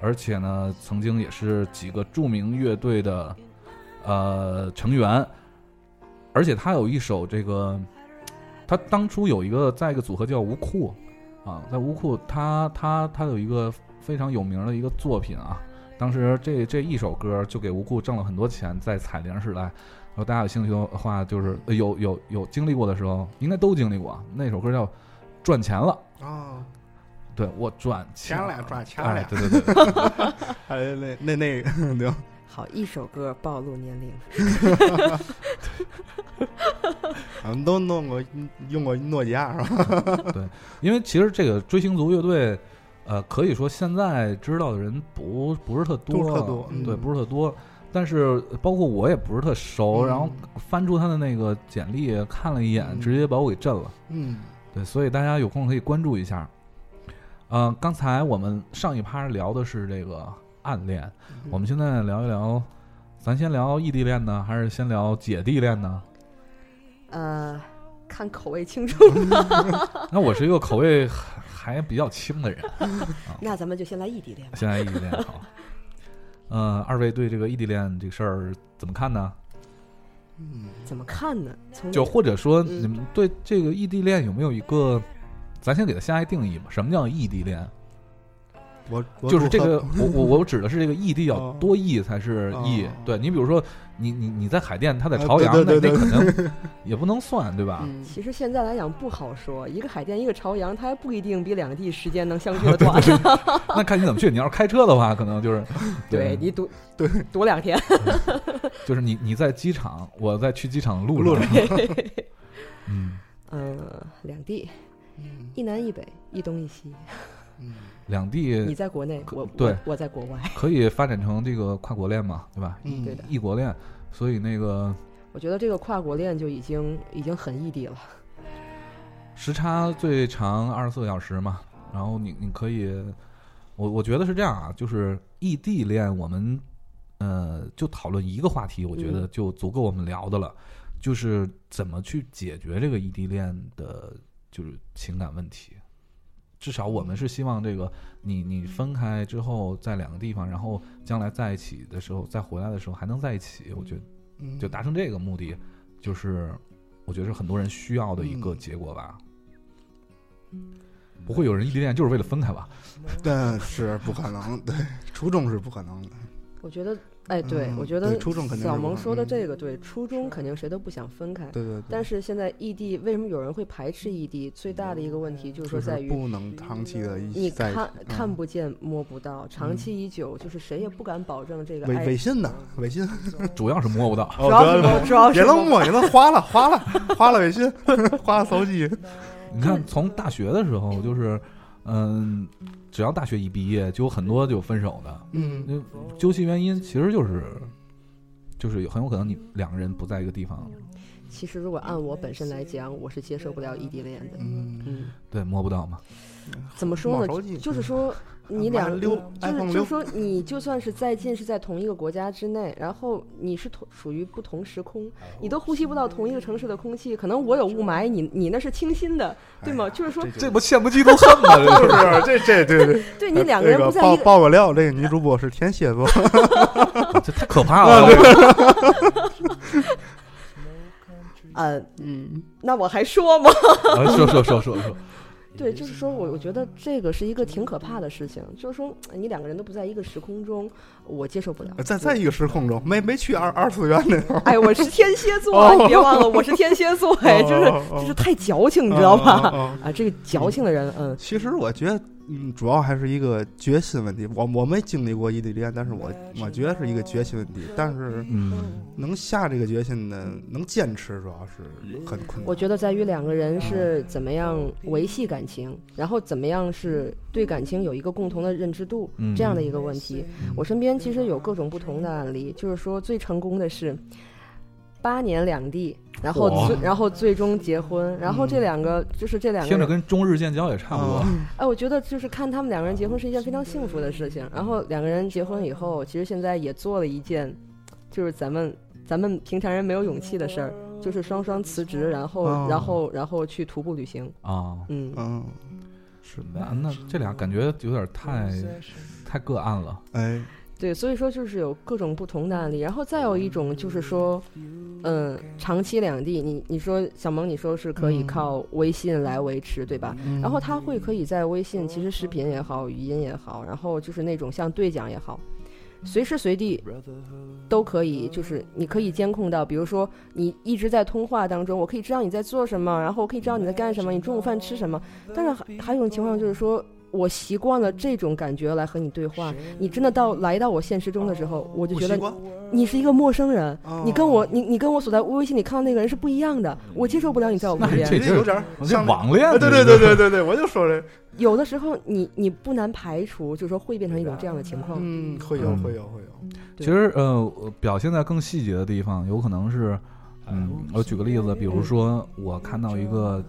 Speaker 1: 而且呢，曾经也是几个著名乐队的呃成员，而且他有一首这个，他当初有一个在一个组合叫吴库啊，在吴库他他他有一个非常有名的一个作品啊，当时这这一首歌就给吴库挣了很多钱，在彩铃时代。然后大家有兴趣的话，就是呃有有有经历过的时候，应该都经历过啊。那首歌叫《赚钱了》，
Speaker 3: 哦，
Speaker 1: 对我赚钱
Speaker 3: 前俩转前
Speaker 1: 哎
Speaker 3: 俩，，
Speaker 1: 对对对，
Speaker 3: 还有那那那个，对吧，
Speaker 2: 好，一首歌暴露年龄，
Speaker 3: 俺们都弄过用过诺基亚是吧？
Speaker 1: 因为其实这个追星族乐队，呃，可以说现在知道的人不不是特多，啊
Speaker 3: 不是特多嗯
Speaker 1: 对，不是特多。但是包括我也不是特熟，
Speaker 3: 嗯
Speaker 1: 然后翻出他的那个简历看了一眼，
Speaker 3: 嗯
Speaker 1: 直接把我给震了。
Speaker 3: 嗯，
Speaker 1: 对，所以大家有空可以关注一下。呃，刚
Speaker 3: 嗯
Speaker 1: 才我们上一趴聊的是这个暗恋，我们现在聊一聊咱先聊异地恋呢，还是先聊姐弟恋呢？
Speaker 2: 呃，看口味轻重，
Speaker 1: 那我是一个口味还还比较轻的人，
Speaker 2: *laughs* 那咱们就先来异地
Speaker 1: *laughs*
Speaker 2: 恋吧。
Speaker 1: 现在异地恋
Speaker 3: *laughs*
Speaker 1: 好。呃，二位对这个异地恋这个事儿怎么看呢？
Speaker 3: 嗯，
Speaker 2: 怎么看呢？从
Speaker 1: 就或者说，
Speaker 2: 嗯
Speaker 1: 你们对这个异地恋有没有一个，咱先给它下一定义吧？什么叫异地恋？
Speaker 3: 我我
Speaker 1: 就是这
Speaker 3: 如何
Speaker 1: 个，我我我指的是这个异地要
Speaker 3: 哦
Speaker 1: 多异才是异。
Speaker 3: 哦
Speaker 1: 对你比如说，你你你在海淀，他在
Speaker 3: 啊
Speaker 1: 朝
Speaker 3: 对
Speaker 1: 阳，
Speaker 3: 对
Speaker 1: 那
Speaker 3: 对
Speaker 1: 那肯定也不能算，对吧？
Speaker 3: 嗯
Speaker 2: 其实现在来讲不好说，一个海淀，一个朝阳，它还不一定比两地时间能相距的短。
Speaker 1: 那看你怎么去。你要是开车的话，可能就是
Speaker 2: *laughs* 对你堵
Speaker 3: *laughs* *laughs* 对
Speaker 2: 堵两
Speaker 3: *laughs*
Speaker 2: 天，
Speaker 1: 就是你你在机场，我在去机场的路
Speaker 3: 路
Speaker 1: 上， *laughs* 嗯，
Speaker 2: 嗯，两地，
Speaker 3: 嗯
Speaker 2: 一南一北，一东一西。
Speaker 3: 嗯
Speaker 1: 两
Speaker 2: 你
Speaker 1: 地
Speaker 2: 在国内，我
Speaker 1: 对
Speaker 2: 我我在国外。
Speaker 1: 可以发展成这个跨国恋嘛，对吧？
Speaker 3: 嗯
Speaker 2: 对的
Speaker 1: 异国恋，所以那个
Speaker 2: 我觉得这个跨国恋就已经已经很异地了。
Speaker 1: 时差最长二十四个小时嘛，然后你你可以，我我觉得是这样啊，就是异地恋，我们呃就讨论一个话题，我觉得
Speaker 2: 嗯
Speaker 1: 就足够我们聊的了，就是怎么去解决这个异地恋的，就是情感问题。至少我们是希望这个你你分开之后在两个地方，然后将来在一起的时候，再回来的时候还能在一起，我觉得
Speaker 3: 嗯
Speaker 1: 就达成这个目的，就是我觉得是很多人需要的一个结果吧。不会有人异地恋就是为了分开吧？
Speaker 3: 但是不可能，对，初衷是不可能的。
Speaker 2: 我觉得，哎，对，
Speaker 3: 嗯
Speaker 2: 我觉得
Speaker 3: 对初衷肯定是
Speaker 2: 小
Speaker 3: 不
Speaker 2: 萌
Speaker 3: 可
Speaker 2: 说的
Speaker 3: 嗯
Speaker 2: 这个对，初衷肯定谁都不想分开。
Speaker 3: 对对对，
Speaker 2: 但是现在异地，为什么有人会排斥异地？最大的一个问题就是
Speaker 3: 就
Speaker 2: 说
Speaker 3: 是
Speaker 2: 在于
Speaker 3: 不能长期的一
Speaker 2: 你
Speaker 3: 起在一
Speaker 2: 看
Speaker 3: 起
Speaker 2: 看
Speaker 3: 嗯
Speaker 2: 不见摸不到，长期已久，就是谁也不敢保证这个
Speaker 3: 违
Speaker 2: 爱
Speaker 3: 违。信的违信，
Speaker 1: 主要是摸不到，
Speaker 3: 哦
Speaker 2: 要
Speaker 3: 得
Speaker 2: 是
Speaker 3: 了
Speaker 2: 我主要
Speaker 3: 别
Speaker 2: 是
Speaker 3: 愣
Speaker 2: 我
Speaker 3: 磨，别愣花了花了花了违信，花了
Speaker 2: *laughs*
Speaker 3: 骚机，
Speaker 1: 你看，从大学的时候就是，嗯，只要大学一毕业，就有很多就分手的。
Speaker 3: 嗯
Speaker 1: 那究其原因，其实就是，就是很有可能你两个人不在一个地方，
Speaker 2: 其实如果按我本身来讲，我是接受不了异地恋的。
Speaker 3: 嗯，
Speaker 2: 嗯，
Speaker 1: 对，摸不到嘛。
Speaker 2: 怎么说
Speaker 3: 冒手
Speaker 2: 呢？
Speaker 3: 机
Speaker 2: 就是说你
Speaker 3: 妈
Speaker 2: 俩
Speaker 3: 溜
Speaker 2: 就是
Speaker 3: iPhone
Speaker 2: 就是
Speaker 3: 溜
Speaker 2: 说你就算是再近是在同一个国家之内，然后你是同属于不同时空，
Speaker 3: 哎
Speaker 2: 你都呼吸不到同一个城市的空气。可能我有雾霾，你你那是清新的，对吗？就是说，
Speaker 3: 哎这
Speaker 1: 不羡慕嫉妒恨吗？这
Speaker 3: *laughs* 就是这这对对，
Speaker 2: 对你两个人
Speaker 3: 这
Speaker 2: 不在
Speaker 3: 爆
Speaker 2: 一个
Speaker 3: 爆个料，这个女主播是天蝎座，
Speaker 1: 这太可怕了！
Speaker 2: 呃，
Speaker 3: 嗯
Speaker 2: 那我还说吗？
Speaker 1: 说说说说说，
Speaker 2: 对，就是说我我觉得这个是一个挺可怕的事情，
Speaker 3: 嗯
Speaker 2: 就是说你两个人都不在一个时空中，我接受不了。
Speaker 3: 呃在在一个时空中，没没去二二次元那头，
Speaker 2: 哎，我是天蝎
Speaker 3: *laughs*
Speaker 2: 座，你别忘了我是天蝎座，哎，就是
Speaker 3: 哦
Speaker 2: 就是太矫 *laughs* 情，你知道
Speaker 3: 哦
Speaker 2: 吧？
Speaker 3: 哦哦
Speaker 2: 啊，这个矫情的人，嗯，
Speaker 3: 其实我觉得，嗯，主要还是一个决心问题。我我没经历过异地恋，但是我我觉得是一个决心问题。但是
Speaker 1: 嗯，
Speaker 3: 能下这个决心的，能坚持，主要是很
Speaker 1: 嗯
Speaker 3: 困
Speaker 2: 我
Speaker 3: 难。
Speaker 2: 觉得在于两个人是怎么样维系感情，然后怎么样是对感情有一个共同的认知度，
Speaker 1: 嗯
Speaker 2: 这样的一个问题。我身边其实有各种不同的案例，就是说最成功的是八年两地，然后
Speaker 1: 哇嗯
Speaker 2: 最然后最终结婚，然后这两个就是这两个
Speaker 1: 听着
Speaker 2: 人，
Speaker 1: 跟中日建交也差不多。
Speaker 2: 哎，我觉得就是看他们两个人结婚是一件非常幸福的事情。然后两个人结婚以后，其实现在也做了一件，就是咱们咱们平常人没有勇气的事儿，就是双双辞职，然后、
Speaker 3: 哦
Speaker 2: 然后然后去徒步旅行，
Speaker 1: 啊，
Speaker 2: 嗯。
Speaker 3: 嗯，
Speaker 1: 是那那这俩感觉有点太太个案了。
Speaker 3: 哎，
Speaker 2: 对，所以说就是有各种不同的案例，然后再有一种就是说，嗯，长期两地，你你说小萌，你说是可以
Speaker 3: 嗯
Speaker 2: 靠微信来维持，对吧？
Speaker 3: 嗯
Speaker 2: 然后他会可以在微信，其实视频也好，语音也好，然后就是那种像对讲也好，随时随地都可以，就是你可以监控到，比如说你一直在通话当中，我可以知道你在做什么，然后我可以知道你在干什么，你中午饭吃什么。
Speaker 3: 嗯
Speaker 2: 但是还还有一种情况就是说。我习惯了这种感觉来和你对话，你真的到来到我现实中的时候，我就
Speaker 3: 不
Speaker 2: 觉
Speaker 3: 哦习
Speaker 2: 得
Speaker 3: 惯，
Speaker 2: 你是一个陌生人，
Speaker 3: 哦嗯
Speaker 2: 你跟我你你跟我所在微信里看到那个人是不一样的，我接受不了你在我
Speaker 1: 那
Speaker 2: 旁边。
Speaker 1: 这
Speaker 3: 有点
Speaker 1: 我这
Speaker 3: 像
Speaker 1: 网恋
Speaker 3: 哎，
Speaker 1: 这
Speaker 3: 对
Speaker 1: 个
Speaker 3: 对对
Speaker 1: *laughs*
Speaker 3: 对对对，我就
Speaker 2: *laughs*
Speaker 3: 说这，
Speaker 2: 有的时候你你不难排除，就是说会变成一种这样的情况。
Speaker 3: 嗯，会有
Speaker 1: 嗯
Speaker 3: 会有会有，
Speaker 1: 其实呃，我表现在更细节的地方，有可能是，嗯，
Speaker 2: 哎
Speaker 1: 我举个例子，比如说我看到一个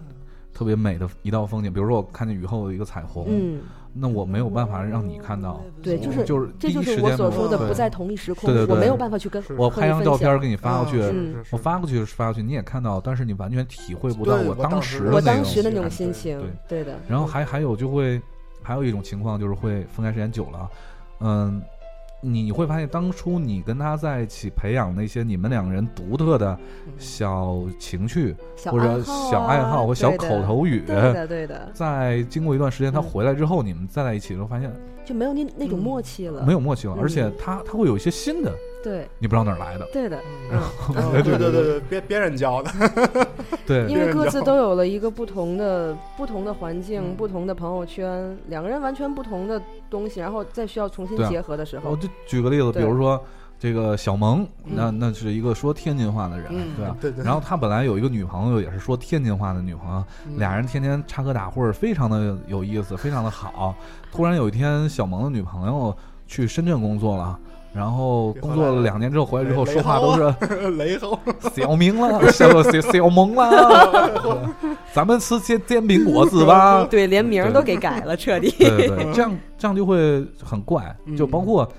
Speaker 1: 特别美的一道风景，比如说我看见雨后的一个彩虹，
Speaker 2: 嗯，
Speaker 1: 那我没有办法让你看到，
Speaker 2: 对，就是
Speaker 1: 就是第
Speaker 2: 这就
Speaker 1: 一时
Speaker 2: 是
Speaker 1: 间
Speaker 2: 我所
Speaker 1: 没有
Speaker 2: 说的
Speaker 1: 对
Speaker 2: 不在同一时空，
Speaker 1: 对对对
Speaker 2: 我没有办法去跟
Speaker 3: 是
Speaker 1: 我
Speaker 2: 和
Speaker 1: 拍
Speaker 2: 你
Speaker 1: 张
Speaker 2: 分
Speaker 1: 照片
Speaker 2: 享
Speaker 1: 儿给你发过去，
Speaker 3: 啊
Speaker 2: 嗯
Speaker 3: 是是
Speaker 1: 我
Speaker 3: 是
Speaker 1: 发过去是发过去，你也看到，但是你完全体会不到
Speaker 3: 对
Speaker 1: 我
Speaker 3: 我当
Speaker 1: 时
Speaker 3: 时
Speaker 1: 的
Speaker 2: 我
Speaker 1: 那
Speaker 2: 当
Speaker 1: 种
Speaker 2: 时的那种
Speaker 3: 感
Speaker 2: 心
Speaker 3: 觉
Speaker 2: 情，对的，
Speaker 1: 然后还还有就会，还有一种情况就是会分开时间久了，嗯，你会发现当初你跟他在一起培养那些你们两个人独特的小情趣、
Speaker 2: 嗯小
Speaker 1: 或者
Speaker 2: 爱好啊
Speaker 1: 小爱好或小
Speaker 2: 对的
Speaker 1: 口头语，
Speaker 2: 对的对的，
Speaker 1: 在经过一段时间他
Speaker 2: 嗯
Speaker 1: 回来之后，你们再在一起的时候发现
Speaker 2: 就没有那那种默契了，
Speaker 1: 嗯没有默契了，
Speaker 2: 嗯
Speaker 1: 而且他他会有一些新的，
Speaker 2: 对
Speaker 1: 你不知道哪儿来的，
Speaker 2: 对的，
Speaker 3: 嗯啊 *laughs* 对对对对，别别人教的，
Speaker 1: 对
Speaker 2: 因为
Speaker 3: 人
Speaker 2: 各
Speaker 3: 知
Speaker 2: 自
Speaker 3: 道
Speaker 2: 都有了一个不同的不同的环境、
Speaker 3: 嗯
Speaker 2: 不同的朋友圈，两个人完全不同的东西，然后再需要重新
Speaker 1: 对啊
Speaker 2: 结合的时候
Speaker 1: 我，就举个例子，比
Speaker 2: 对
Speaker 1: 如说这个小萌，
Speaker 3: 嗯
Speaker 1: 那那是一个说天津话的人，
Speaker 2: 嗯
Speaker 1: 对吧？
Speaker 3: *laughs* 对对，啊
Speaker 1: 然后他本来有一个女朋友，也是说天津话的女朋友，俩人天天插科打诨，非常的有意思，非常的好。突然有一天，小萌的女朋友去深圳工作了，然后工作了两年之后回来之后，
Speaker 3: 雷
Speaker 1: 说话都是
Speaker 3: 人雷猴，
Speaker 1: 小明了，小小小萌了，咱们吃煎煎饼果子吧。
Speaker 2: 对，连名
Speaker 1: 儿
Speaker 2: 儿
Speaker 1: 都
Speaker 2: 都给改了，
Speaker 1: *laughs*
Speaker 2: 彻底。
Speaker 1: 对对
Speaker 3: *laughs*
Speaker 1: 对，这样这样就会很怪，
Speaker 3: 嗯
Speaker 1: 就包括。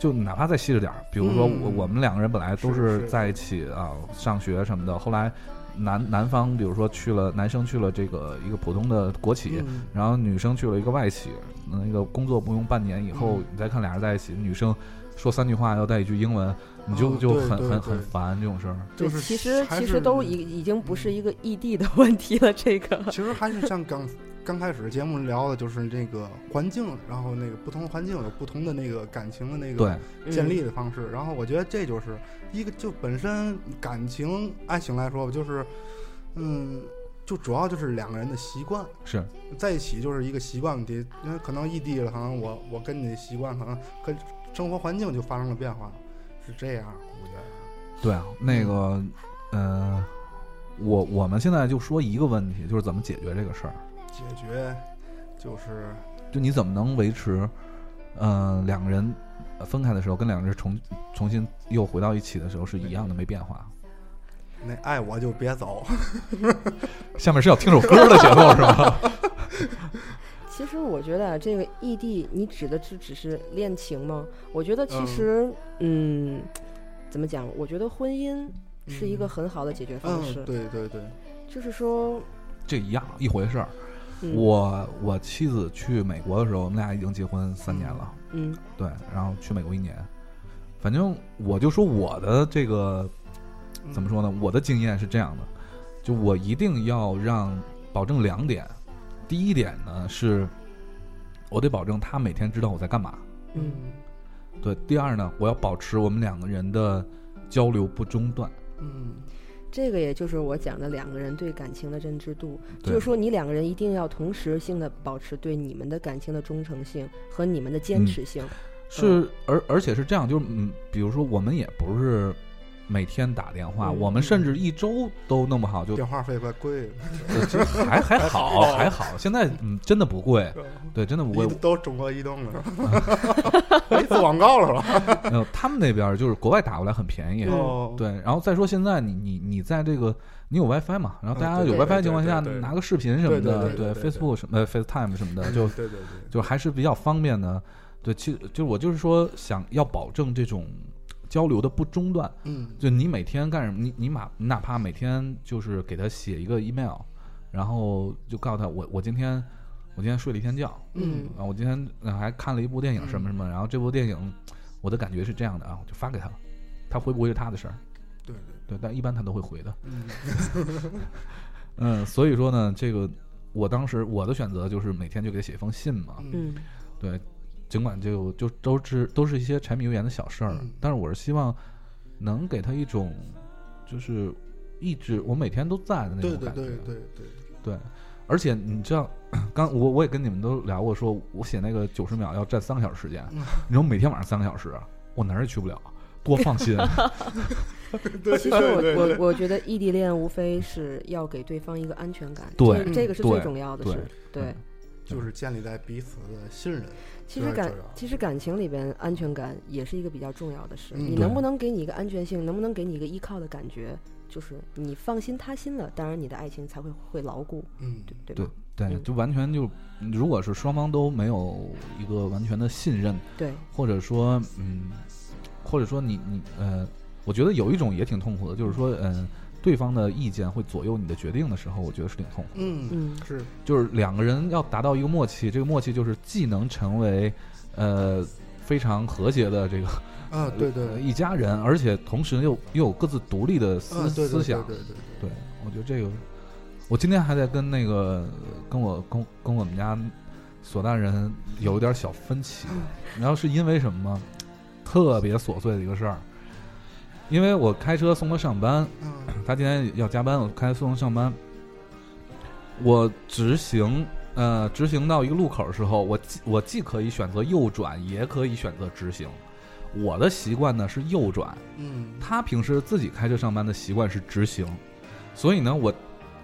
Speaker 1: 就哪怕再细致点儿，比如说
Speaker 3: 嗯
Speaker 1: 我我们两个人本来都
Speaker 3: 是
Speaker 1: 是
Speaker 3: 是
Speaker 1: 在一起啊，上学什么的，后来男男方比如说去了男生去了这个一个普通的国企，
Speaker 3: 嗯
Speaker 1: 然后女生去了一个外企，那个工作不用半年以后，
Speaker 3: 嗯
Speaker 1: 你再看俩人在一起，女生说三句话要带一句英文，你就
Speaker 3: 哦
Speaker 1: 就
Speaker 3: 对
Speaker 1: 很
Speaker 3: 对
Speaker 1: 很
Speaker 3: 对
Speaker 1: 很烦这种事儿。
Speaker 2: 对，
Speaker 3: 就是
Speaker 2: 其实
Speaker 3: 还
Speaker 2: 其
Speaker 3: 是
Speaker 2: 实都已已经不
Speaker 1: 嗯
Speaker 2: 是一个异地的问题了，这个
Speaker 3: 其实还是像刚刚开始节目聊的，就是这个环境，然后那个不同的环境有不同的那个感情的那个
Speaker 1: 对，
Speaker 3: 建
Speaker 2: 嗯
Speaker 3: 立的方式。然后我觉得这就是一个就本身感情爱情来说吧，就是嗯，就主要就是两个人的习惯
Speaker 1: 是
Speaker 3: 在一起就是一个习惯问题，因为可能异地了，可能我我跟你的习惯可能跟生活环境就发生了变化，是这样，我觉得。
Speaker 1: 对啊，那个，
Speaker 3: 嗯
Speaker 1: 呃，我我们现在就说一个问题，就是怎么解决这个事儿，
Speaker 3: 解决就是
Speaker 1: 就你怎么能维持，呃，两个人呃分开的时候跟两个人重重新又回到一起的时候是一样的，没变化。
Speaker 3: 那爱我就别走，
Speaker 1: 下面是要听首歌的节奏是吧？
Speaker 2: 其实我觉得啊，这个异地，你指的是只是恋情吗？我觉得其
Speaker 3: 嗯
Speaker 2: 实，嗯怎么讲？我觉得婚姻是一个很好的解决方
Speaker 3: *laughs* 嗯
Speaker 2: 式，，
Speaker 3: 对对对，
Speaker 2: 就是说，
Speaker 1: 这一样一回事儿。
Speaker 2: 嗯、
Speaker 1: 我我妻子去美国的时候，我们俩已经结婚三年了，
Speaker 2: 嗯
Speaker 1: 对，然后去美国一年，反正我就说我的这个
Speaker 3: 嗯
Speaker 1: 怎么说呢？我的经验是这样的，就我一定要让保证两点，第一点呢是，我得保证他每天知道我在干嘛。
Speaker 2: 嗯
Speaker 3: 嗯
Speaker 1: 对，第二呢，我要保持我们两个人的交流不中断。
Speaker 3: 嗯
Speaker 2: 这个也就是我讲的两个人对感情的认知度，
Speaker 1: 对
Speaker 2: 就是说你两个人一定要同时性的保持对你们的感情的忠诚性和你们的
Speaker 1: 嗯
Speaker 2: 坚持性。
Speaker 3: 嗯
Speaker 1: 是，而而且是这样，就是嗯，比如说我们也不是每天打电话，
Speaker 2: 嗯
Speaker 1: 我们甚至一周都弄不好就，
Speaker 3: 电话费怪贵了，
Speaker 1: 就还还
Speaker 3: *laughs*
Speaker 1: 好
Speaker 3: 还好
Speaker 1: 还好，现在嗯真的不贵，对，真的
Speaker 3: *laughs*
Speaker 1: 不贵
Speaker 3: 移。都中国移动 *laughs* 了，是吧？没做广告了 *laughs* 吧？
Speaker 1: 呃，他们那边儿就是国外打过来很便宜，
Speaker 2: 嗯
Speaker 3: 哦，
Speaker 1: 对，然后再说现在你你你在这个你有 WiFi 嘛，然后
Speaker 3: 嗯
Speaker 1: 大家
Speaker 3: 对
Speaker 1: 有
Speaker 2: 对
Speaker 1: WiFi
Speaker 3: 对
Speaker 1: 的情况
Speaker 3: 对
Speaker 1: 下
Speaker 3: 对对
Speaker 1: 拿个视频什么
Speaker 3: 对对
Speaker 1: 的，
Speaker 3: 对对对
Speaker 1: Facebook 什么呃 FaceTime 什么的，就
Speaker 3: 对对
Speaker 1: 就还是比较方便的。对，其实就是我就是说想要保证这种交流的不中断，
Speaker 3: 嗯，
Speaker 1: 就你每天干什么，你你哪你哪怕每天就是给他写一个 email，然后就告诉他我我今天我今天睡了一天觉，
Speaker 3: 嗯
Speaker 1: 啊，我今天呃还看了一部电影什么什么，然后这部电影我的感觉是这样的啊，我就发给他了，他回不回是他的事儿。
Speaker 3: 对对，
Speaker 1: 对，但一般他都会回的。
Speaker 3: 嗯
Speaker 1: 嗯，所以说呢，这个我当时我的选择就是每天就给他写一封信嘛。
Speaker 3: 嗯
Speaker 2: 嗯，
Speaker 3: *laughs*
Speaker 1: 对，尽管就就都是都是一些柴米油盐的小事儿
Speaker 3: 嗯，
Speaker 1: 但是我是希望能给他一种就是一直我每天都在的那
Speaker 3: 对
Speaker 1: 种
Speaker 3: 对
Speaker 1: 感觉。
Speaker 3: *laughs* 对对对，
Speaker 1: 对而且你知道，刚我我也跟你们都聊过说，我写那个九十秒要占三个小时时间，
Speaker 3: 嗯
Speaker 1: 你说每天晚上三个小时，啊我哪儿也去不了，多放心。
Speaker 3: *laughs*
Speaker 2: 其实我我我觉得异地恋无非是要给对方一个安全感，
Speaker 1: 对
Speaker 2: 这这个是
Speaker 1: 对
Speaker 2: 最重要的
Speaker 1: 对
Speaker 2: 事。 *laughs* 对
Speaker 1: 嗯，
Speaker 3: 就是建立在彼此的信任。
Speaker 2: 其实
Speaker 3: 对
Speaker 2: 感
Speaker 3: 这个
Speaker 2: 其实感情里边安全感也是一个比较重要的事。
Speaker 3: 嗯
Speaker 2: 你
Speaker 1: 对
Speaker 2: 能不能给你一个安全性，能不能给你一个依靠的感觉，就是你放心他心了，当然你的爱情才会会牢固，
Speaker 3: 嗯，
Speaker 2: 对对
Speaker 1: 对
Speaker 2: 吧？
Speaker 1: 对，
Speaker 2: 嗯
Speaker 1: 就完全就，如果是双方都没有一个完全的信任，
Speaker 2: 对，
Speaker 1: 或者说，嗯，或者说你你呃，我觉得有一种也挺痛苦的，就是说，嗯、对方的意见会左右你的决定的时候，我觉得是挺痛苦。
Speaker 3: 嗯，
Speaker 2: 嗯，
Speaker 3: 是
Speaker 1: 就是两个人要达到一个默契，这个默契就是既能成为，呃，非常和谐的这个
Speaker 3: 啊，对对，
Speaker 1: 呃一家人，而且同时又又有各自独立的思、
Speaker 3: 嗯，对对
Speaker 1: 思
Speaker 3: 对
Speaker 1: 想。
Speaker 3: 对对，
Speaker 1: 对，我觉得这个，我今天还在跟那个跟我跟跟我们家索大人有一点小分歧，你知道是因为什么吗？特别琐碎的一个事儿，因为我开车送他上班，
Speaker 3: 嗯
Speaker 1: 他今天要加班，我开车送他上班，我直行。呃，直行到一个路口的时候，我既我既可以选择右转，也可以选择直行。我的习惯呢是右转，
Speaker 3: 嗯
Speaker 1: 他平时自己开车上班的习惯是直行，所以呢，我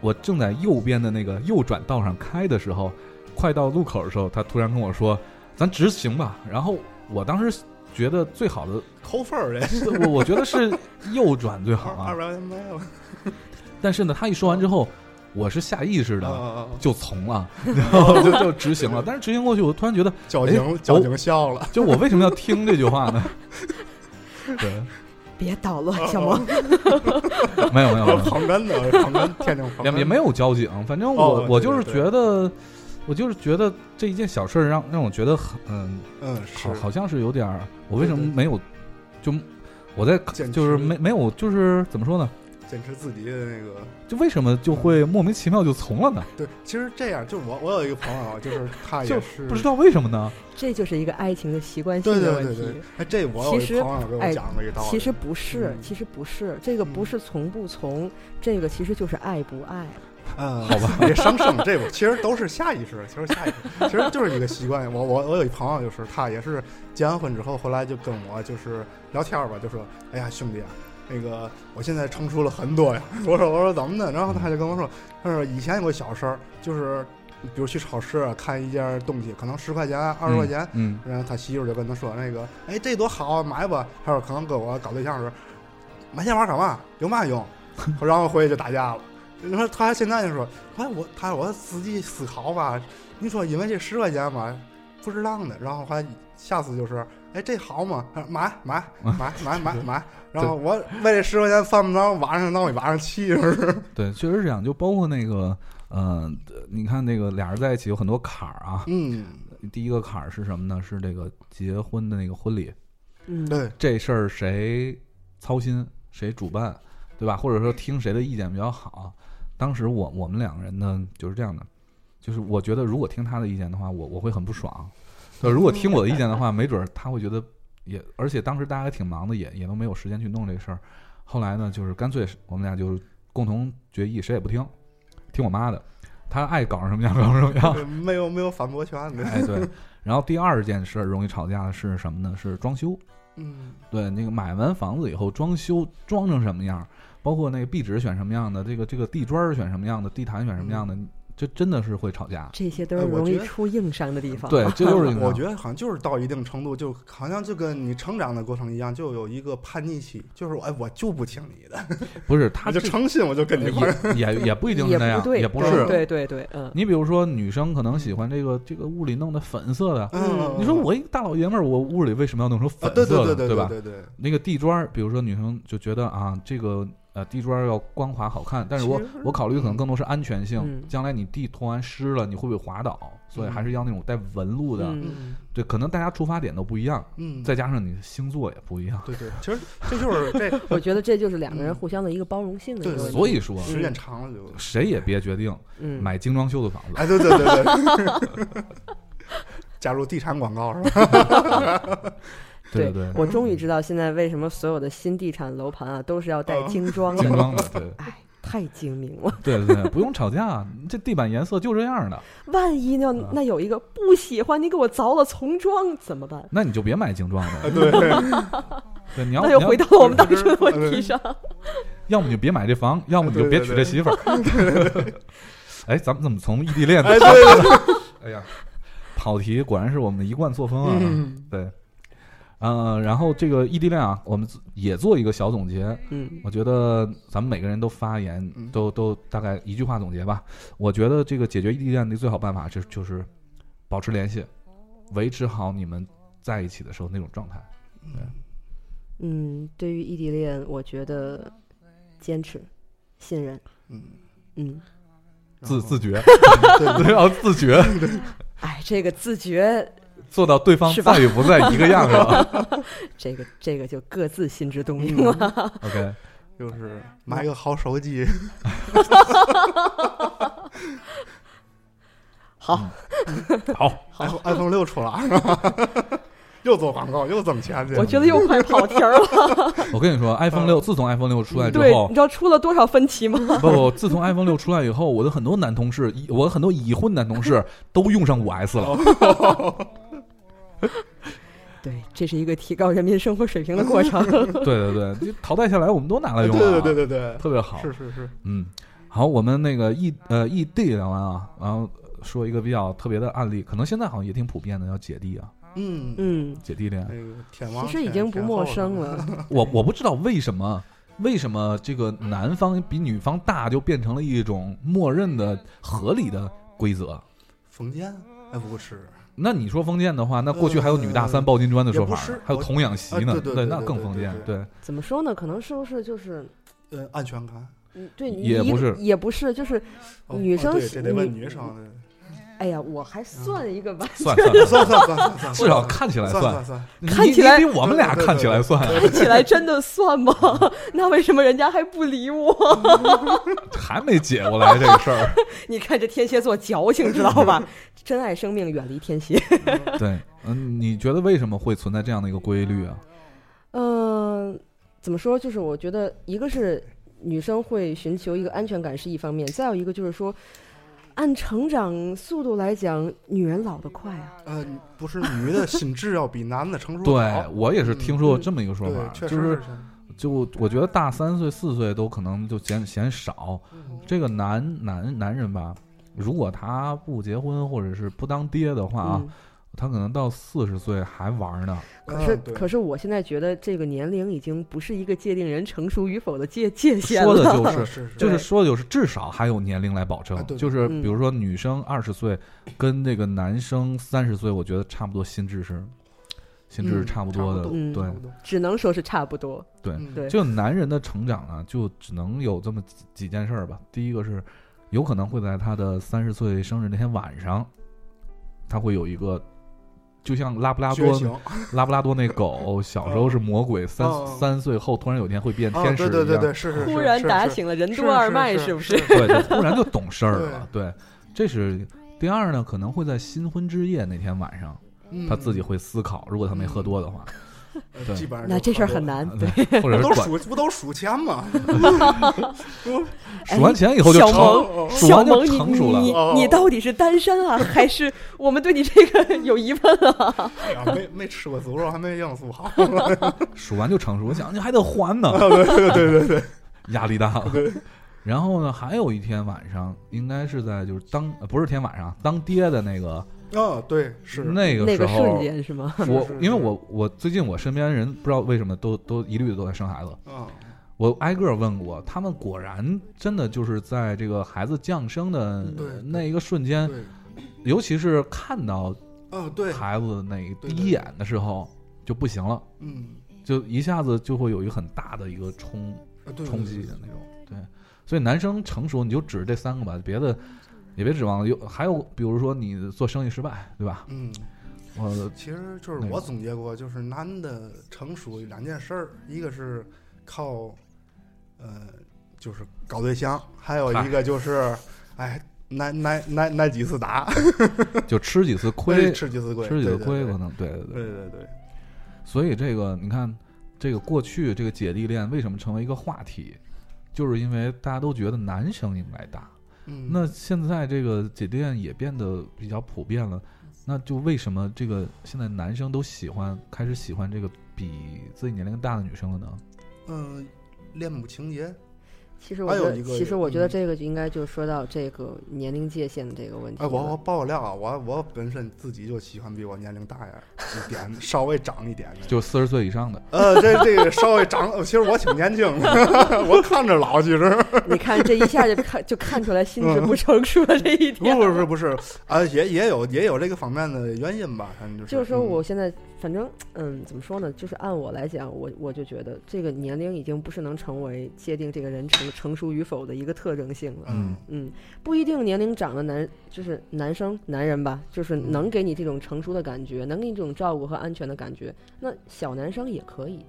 Speaker 1: 我正在右边的那个右转道上开的时候，快到路口的时候，他突然跟我说：“咱直行吧。”然后我当时觉得最好的， *laughs*
Speaker 3: 扣分儿人，
Speaker 1: 我我觉得是右转最好
Speaker 3: 二
Speaker 1: 啊。
Speaker 3: 二 *laughs* 百块钱没了，
Speaker 1: 但是呢，他一说完之后，我是下意识
Speaker 3: 啊
Speaker 1: 的
Speaker 3: 啊啊
Speaker 1: 就从了， *laughs* 然后就就直行了。但是直行过去，我突然觉得，
Speaker 3: 矫
Speaker 1: 哎
Speaker 3: 情
Speaker 1: 哦
Speaker 3: 矫情笑了，
Speaker 1: 就我为什么要听这句话呢？ *laughs* 对，
Speaker 2: 别捣乱， *laughs* 小
Speaker 3: 哦
Speaker 2: 萌。
Speaker 1: 啊没有没有没有，
Speaker 3: 啊旁边的旁边天津旁
Speaker 1: 也
Speaker 3: 边
Speaker 1: 也没有交警，反正我、
Speaker 3: 哦
Speaker 1: 我
Speaker 3: 对
Speaker 1: 就是
Speaker 3: 对
Speaker 1: 觉得，我就是觉得这一件小事儿让让我觉得很嗯，
Speaker 3: 嗯是
Speaker 1: 好好像是有点儿，我为
Speaker 3: 对
Speaker 1: 什么
Speaker 3: 对
Speaker 1: 没有就我在
Speaker 3: 坚
Speaker 1: 就是
Speaker 3: 持
Speaker 1: 没没有就是怎么说呢？
Speaker 3: 坚持自己的那个
Speaker 1: 就为什么就会莫名其妙就从了呢？
Speaker 3: 对，其实这样，就我我有一个朋友啊，就是他
Speaker 1: 就
Speaker 3: 也是
Speaker 1: 不知。道为什么呢？
Speaker 2: 这就是一个爱情的习惯性
Speaker 3: 对
Speaker 2: 的
Speaker 3: 对
Speaker 2: 问
Speaker 3: 对
Speaker 2: 题。
Speaker 3: 对，哎，这我有一
Speaker 2: 其实
Speaker 3: 朋友给我
Speaker 2: 哎
Speaker 3: 讲了一道理，
Speaker 2: 其实不是，
Speaker 3: 嗯
Speaker 2: 其实不是，这个不是从不从，这个其实就是爱不爱。
Speaker 3: 嗯，
Speaker 1: 好吧，
Speaker 3: *laughs* 别伤肾，这个其实都是下意识，其实下意识， *laughs* 其实就是一个习惯。我我我有一朋友，就是他也是结完婚之后，后来就跟我就是聊天儿吧，就说：“哎呀，兄弟啊，那个我现在成熟了很多呀。” *laughs* 我说：“我说怎么的？”然后他就跟我说：“他说以前有个小事儿，就是比如去超市啊看一件东西，可能十块钱、啊二十块钱，
Speaker 1: 嗯，
Speaker 3: 然后他媳妇儿就跟他说：“那个，哎，这多好，啊，买吧。”还有可能跟我搞对象的时候，买这玩意儿干嘛？有嘛用？然后回去就打架了。你说他现在就说：“哎，我他说我自己思考吧。你说因为这十块钱嘛，不值当的。”然后还下次就是：“哎，这好嘛，买买买买买买。”然后我为这十块钱犯不着晚上闹一晚上气，是不是？
Speaker 1: 嗯对，确实是这样。就包括那个嗯、呃你看那个俩人在一起有很多坎儿啊。
Speaker 3: 嗯，
Speaker 1: 第一个坎儿是什么呢？是这个结婚的那个婚礼，
Speaker 2: 嗯，
Speaker 3: 对，
Speaker 1: 这事儿谁操心，谁主办，对吧？或者说听谁的意见比较好？当时我我们两个人呢就是这样的，就是我觉得如果听他的意见的话，我我会很不爽；对，如果听我的意见的话，没准儿他会觉得也，而且当时大家也挺忙的，也也都没有时间去弄这事儿。后来呢，就是干脆我们俩就共同决议，谁也不听，听我妈的，她爱搞成什么样搞成什么
Speaker 3: *laughs*
Speaker 1: 样。
Speaker 3: 没有没有反驳权的。
Speaker 1: 哎，对。然后第二件事儿容易吵架的是什么呢？是装修。
Speaker 3: 嗯，
Speaker 1: 对，那个买完房子以后装修装成什么样儿，包括那个壁纸选什么样的，这个这个地砖儿选什么样的，地毯选什么样的，这真的是会吵架。
Speaker 2: 这些都
Speaker 3: 哎
Speaker 2: 是
Speaker 3: 我
Speaker 2: 容易
Speaker 3: 觉得
Speaker 2: 出硬伤的地方。 *laughs*
Speaker 1: 对，这就是
Speaker 3: 我觉
Speaker 1: 得
Speaker 3: 得好像就是到一定程度，就好像就跟你成长的过程一样，就有一个叛逆期，就是哎，我就不听你的，
Speaker 1: 不是他
Speaker 3: 我就
Speaker 1: 这
Speaker 3: 诚信，我就跟你一块儿。
Speaker 1: 也也也不一定是
Speaker 2: 也
Speaker 1: 那
Speaker 2: 不
Speaker 1: 样，
Speaker 2: 对，
Speaker 1: 也不
Speaker 2: 对
Speaker 1: 是。
Speaker 2: 对对对，嗯，
Speaker 1: 你比如说，女生可能喜欢这个这个屋里弄的粉色的，
Speaker 3: *laughs* 嗯，
Speaker 1: 你说我一大老爷们儿，我屋里为什么要弄成
Speaker 3: 啊，
Speaker 1: 粉
Speaker 3: 对对
Speaker 1: 色
Speaker 3: 对
Speaker 1: 的，
Speaker 3: 对
Speaker 1: 吧？
Speaker 3: 对对，
Speaker 1: 那个地砖儿，比如说女生就觉得啊，这个呃地砖儿要光滑好看，但是我
Speaker 3: 其实
Speaker 1: 我考虑可能更多是安全性，
Speaker 2: 嗯
Speaker 1: 将来你地拖完湿了，你会不会滑倒？所以还是要那种带纹路的。
Speaker 2: 嗯
Speaker 3: 嗯
Speaker 1: 对，可能大家出发点都不一样，
Speaker 3: 嗯，
Speaker 1: 再加上你的星座也不一样，
Speaker 3: 对对，其实这就是
Speaker 1: *laughs*
Speaker 3: 这
Speaker 2: 我觉得这就是两个人
Speaker 3: 嗯
Speaker 2: 互相的一个包容性的一
Speaker 3: 对
Speaker 2: 个问题。
Speaker 1: 所以说
Speaker 3: 时间长了就，
Speaker 1: 谁也别决定
Speaker 2: 嗯，
Speaker 1: 买精装修的房子。
Speaker 3: 哎，对对对对。 *laughs* 加入地产广告是吧？
Speaker 1: 对对对，
Speaker 2: 我终于知道现在为什么所有的新地产楼盘啊都是要带
Speaker 3: 哦
Speaker 2: 精装
Speaker 1: 精
Speaker 2: 的。
Speaker 1: 装的，对
Speaker 2: 哎，太精明了！
Speaker 1: 对对对，不用吵架，啊这地板颜色就这样的，
Speaker 2: 万一呢
Speaker 1: 啊？
Speaker 2: 那有一个不喜欢，你给我凿了重装怎么办？
Speaker 1: 那你就别买精装的。
Speaker 3: 对，
Speaker 1: 对，你要
Speaker 2: 那又
Speaker 1: 你要
Speaker 2: 回到我们当
Speaker 3: 就是
Speaker 2: 初的
Speaker 3: 呃
Speaker 2: 问题上。
Speaker 1: 要么你就别买这房，要
Speaker 3: 啊
Speaker 1: 么你就别娶这媳妇儿。
Speaker 3: *laughs*
Speaker 1: 哎，咱们怎么从异地恋呢？
Speaker 3: 哎对，
Speaker 1: *laughs* 哎呀，跑题果然是我们的一贯作风啊。
Speaker 3: 嗯
Speaker 1: 对，啊、呃，然后这个异地恋啊，我们也做一个小总结。
Speaker 2: 嗯
Speaker 1: 我觉得咱们每个人都发言，
Speaker 3: 嗯
Speaker 1: 都都大概一句话总结吧。我觉得这个解决异地恋的最好办法，就是就是保持联系，维持好你们在一起的时候那种状态。
Speaker 2: 嗯，对于异地恋，我觉得坚持、信任，
Speaker 3: 嗯，
Speaker 2: 嗯，
Speaker 3: 然后
Speaker 1: 自自觉， *laughs*
Speaker 3: 对对
Speaker 1: 对，要自觉，
Speaker 2: 哎，这个自觉，
Speaker 1: 做到对方
Speaker 2: 是吧
Speaker 1: 再也不在一个样上。
Speaker 2: 这个这个就各自心知肚明了。
Speaker 1: 嗯 OK，
Speaker 3: *laughs* 就是买个好手机，
Speaker 2: 好，
Speaker 1: *laughs* 好，
Speaker 3: iPhone iPhone 六出来了， *laughs* 又做广告又挣钱去
Speaker 2: 我。觉得又快跑题
Speaker 1: *laughs*
Speaker 2: 儿了。
Speaker 1: 我跟你说，iPhone
Speaker 3: 嗯
Speaker 1: 六自从 iPhone 六出来之
Speaker 2: 对，
Speaker 3: *laughs*
Speaker 1: 后
Speaker 2: 你知，道出了多少分歧吗？
Speaker 1: 不不，自从 iPhone 六出来以后，我的很多男同事，已我的很多已婚男同
Speaker 3: *laughs*
Speaker 1: 事都用上五 S
Speaker 3: 哦
Speaker 1: 了。
Speaker 2: 对，这是一个提高人民生活水平的过 *laughs* 程。
Speaker 1: 对对对，这淘汰下来我们都拿来
Speaker 3: 对
Speaker 1: 用了，啊
Speaker 3: 对对对对，
Speaker 1: 特别好。
Speaker 3: 是是是，
Speaker 1: 嗯，好，我们那个异呃异地聊完啊，然后说一个比较特别的案例，可能现在好像也挺普遍的，叫姐弟啊，
Speaker 3: 嗯，
Speaker 2: 嗯，
Speaker 1: 姐弟恋
Speaker 3: 那。个天王
Speaker 2: 其实已经不陌生。
Speaker 3: 天
Speaker 1: *laughs*
Speaker 3: 后
Speaker 2: 了。
Speaker 1: 我我不知道为什么。为什么这个男方比女方大就变成了一种默认的合理的规则？
Speaker 3: 封建？哎，不是，
Speaker 1: 那你说封建的话，那过去还有女大三
Speaker 3: 呃
Speaker 1: 抱金砖的说法
Speaker 3: 也不是，
Speaker 1: 还有童养媳呢，
Speaker 3: 啊对对对
Speaker 1: 那
Speaker 3: 对
Speaker 1: 更
Speaker 3: 对
Speaker 1: 封
Speaker 3: 对
Speaker 1: 建。
Speaker 3: 对 *laughs*
Speaker 1: 对，
Speaker 2: 怎么说呢？可能是不是就是，
Speaker 3: 呃，安全感。
Speaker 2: 嗯，对，你
Speaker 1: 也
Speaker 2: 一
Speaker 1: 不
Speaker 2: 个
Speaker 1: 是
Speaker 2: 也不是，就是，
Speaker 3: 哦
Speaker 2: 女
Speaker 3: 哦
Speaker 2: 生
Speaker 3: 对，
Speaker 2: 喜
Speaker 3: 这得问
Speaker 2: 女
Speaker 3: 女生的。
Speaker 2: 哎呀，我还算一个吧， *laughs*
Speaker 1: 算算算，
Speaker 3: 算算算算
Speaker 1: *laughs*
Speaker 3: 算，
Speaker 1: 至少看起来
Speaker 3: 算算算，
Speaker 1: 你
Speaker 2: 看起来
Speaker 1: 你比我们俩
Speaker 3: 对对对
Speaker 1: 看起来算，
Speaker 2: 看起来真的算吗？ *laughs* 那为什么人家还不理我？ *laughs*
Speaker 1: 还没解过来这个事
Speaker 3: *laughs*
Speaker 1: 儿。
Speaker 2: 你看这天蝎座矫情，知道吧？ *laughs* 珍爱生命，远离天蝎。 *laughs*
Speaker 1: 对，嗯，你觉得为什么会存在这样的一个规律啊？
Speaker 2: 嗯，怎么说？就是我觉得，一个是女生会寻求一个安全感是一方面，再有一个就是说，按成长速度来讲，女人老得快啊。
Speaker 3: 呃，不是女的心智要比男
Speaker 1: *laughs*
Speaker 3: 的成熟
Speaker 1: 对
Speaker 3: 早。
Speaker 1: 我也是听说过这么一个说
Speaker 3: 嗯对
Speaker 1: 法，，
Speaker 3: 确
Speaker 1: 就
Speaker 3: 实
Speaker 1: 是
Speaker 3: 这样
Speaker 1: 就我觉得大三岁四岁都可能就嫌嫌少，
Speaker 3: 嗯
Speaker 1: 这个男男男人吧，如果他不结婚或者是不当爹的话啊，
Speaker 2: 嗯，
Speaker 1: 他可能到四十岁还玩呢。
Speaker 2: 可是、
Speaker 3: 嗯对
Speaker 2: 可是我现在觉得这个年龄已经不是一个界定人成熟与否的界界限
Speaker 1: 说的
Speaker 2: 了。
Speaker 1: 就是是。
Speaker 3: 是
Speaker 1: 就是是说，的就是至少还有年龄来保证
Speaker 3: 啊，对对
Speaker 1: 就是
Speaker 2: 嗯
Speaker 1: 比如说女生二十岁跟那个男生三十岁，我觉得差不多心智是心智是
Speaker 3: 嗯
Speaker 1: 差不多的，
Speaker 2: 嗯
Speaker 1: 对，
Speaker 2: *laughs* 只能说是差不多。
Speaker 1: 对
Speaker 3: 嗯
Speaker 2: 对
Speaker 1: 这个男人的成长呢，就只能有这么几几件事儿吧。第一个是，有可能会在他的三十岁生日那天晚上，他会有一个，就像拉布拉
Speaker 3: 觉
Speaker 1: 多
Speaker 3: 醒
Speaker 1: 拉布拉
Speaker 3: *laughs*
Speaker 1: 多那狗小时候是魔鬼，三
Speaker 3: 哦
Speaker 1: 三岁后突然有一天会变
Speaker 3: 啊，
Speaker 1: 天使一
Speaker 3: 对
Speaker 1: 样，
Speaker 3: 对对对，是是
Speaker 2: 忽然打
Speaker 3: 醒
Speaker 2: 醒了任督二脉，
Speaker 3: 是
Speaker 2: 不
Speaker 3: 是
Speaker 2: 是？
Speaker 1: *laughs* 对就突然就懂事儿了。对，这是第二呢，可能会在新婚之夜那天晚上，他自己会思考，如果他没喝多的话，对
Speaker 3: 嗯呃基本上
Speaker 2: 那这
Speaker 3: 就
Speaker 2: 事儿
Speaker 3: 差不
Speaker 2: 很
Speaker 3: 多。
Speaker 1: 嗯
Speaker 2: 难。
Speaker 1: 或者是
Speaker 3: 嗯都
Speaker 1: 管
Speaker 3: 数不都数钱
Speaker 1: *laughs*
Speaker 3: 吗？
Speaker 2: 哎
Speaker 1: 数完钱以后就
Speaker 3: 哎
Speaker 2: 小
Speaker 1: 成，
Speaker 2: 萌，
Speaker 1: 数
Speaker 2: 小
Speaker 1: 完就
Speaker 2: 萌，你
Speaker 1: 成熟了
Speaker 2: 你
Speaker 3: 哦
Speaker 2: 你到底是单身
Speaker 3: *laughs*
Speaker 2: 啊，还是我们对你这个有疑问啊？
Speaker 3: 哎呀，没没吃过猪肉，还没硬素好。
Speaker 1: 数完就成熟。我想你还得还呢，
Speaker 3: 啊对对对对对，
Speaker 1: 压力大了。 *laughs* 然后呢，还有一天晚上，应该是在就是当呃不是天晚上当爹的那个
Speaker 3: 啊，对是
Speaker 1: 那个
Speaker 2: 那
Speaker 1: 时
Speaker 2: 个瞬
Speaker 1: 候，
Speaker 2: 间是吗？
Speaker 1: 我
Speaker 3: 是是
Speaker 1: 因为我我最近我身边人不知道为什么都都一律都在生孩子，
Speaker 3: 啊，
Speaker 1: 我挨个问过，他们果然真的就是在这个孩子降生的
Speaker 3: 嗯对对
Speaker 1: 那一个瞬间，
Speaker 3: 对
Speaker 1: 尤其是看到
Speaker 3: 啊对，
Speaker 1: 孩子那一
Speaker 3: 对
Speaker 1: 第一眼的时候就不行了，
Speaker 3: 嗯，
Speaker 1: 就一下子就会有一个很大的一个冲
Speaker 3: 啊对
Speaker 1: 冲击的那种。对，所以男生成熟你就指着这三个吧，别的也别指望了。有还有比如说你做生意失败，对吧？
Speaker 3: 嗯，
Speaker 1: 我
Speaker 3: 其实就是我总结过，就是男的成熟有两件事儿，一个是靠，呃，就是搞对象，还有一个就是，哎，挨挨挨挨几次打，
Speaker 1: 就吃几次
Speaker 3: *laughs*
Speaker 1: 亏，吃
Speaker 3: 吃几次亏，
Speaker 1: 几次
Speaker 3: 对
Speaker 1: 亏可
Speaker 3: 对
Speaker 1: 能对对对。
Speaker 3: 对对对，
Speaker 1: 所以这个你看，这个过去这个姐弟恋为什么成为一个话题，就是因为大家都觉得男生应该大。
Speaker 3: 嗯，
Speaker 1: 那现在这个姐弟恋也变得比较普遍了，那就为什么这个现在男生都喜欢开始喜欢这个比自己年龄大的女生了呢？
Speaker 3: 呃嗯，恋母情节，
Speaker 2: 其实我
Speaker 3: 还
Speaker 2: 觉
Speaker 3: 有
Speaker 2: 得
Speaker 3: 一，个
Speaker 2: 其实我觉
Speaker 3: 嗯
Speaker 2: 得这个就应该就说到这个年龄界限的这个问题
Speaker 3: 哎，
Speaker 2: 了。
Speaker 3: 我我爆个料啊，我我本身自己就喜欢比我年龄大呀一点，稍微长一点的。
Speaker 1: 就四十岁以上的，
Speaker 3: 呃，这这个稍微长，其实我挺年轻的， *laughs* 我看着老，其实
Speaker 2: 你看这一下就看就看出来心
Speaker 3: 嗯
Speaker 2: 智不成熟了这一
Speaker 3: 不是
Speaker 2: 点。
Speaker 3: 不是不 *laughs* 是啊，也也有也有这个方面的原因吧，反正就是。
Speaker 2: 就是说，
Speaker 3: 嗯
Speaker 2: 我现在反正嗯，怎么说呢？就是按我来讲，我我就觉得这个年龄已经不是能成为界定这个人成成熟与否的一个特征性了。
Speaker 3: 嗯
Speaker 2: 嗯，不一定年龄长的男就是男生男人吧，就是
Speaker 3: 嗯
Speaker 2: 能给你这种成熟的感觉，能给你这种照顾和安全的感觉。那小男生也可以，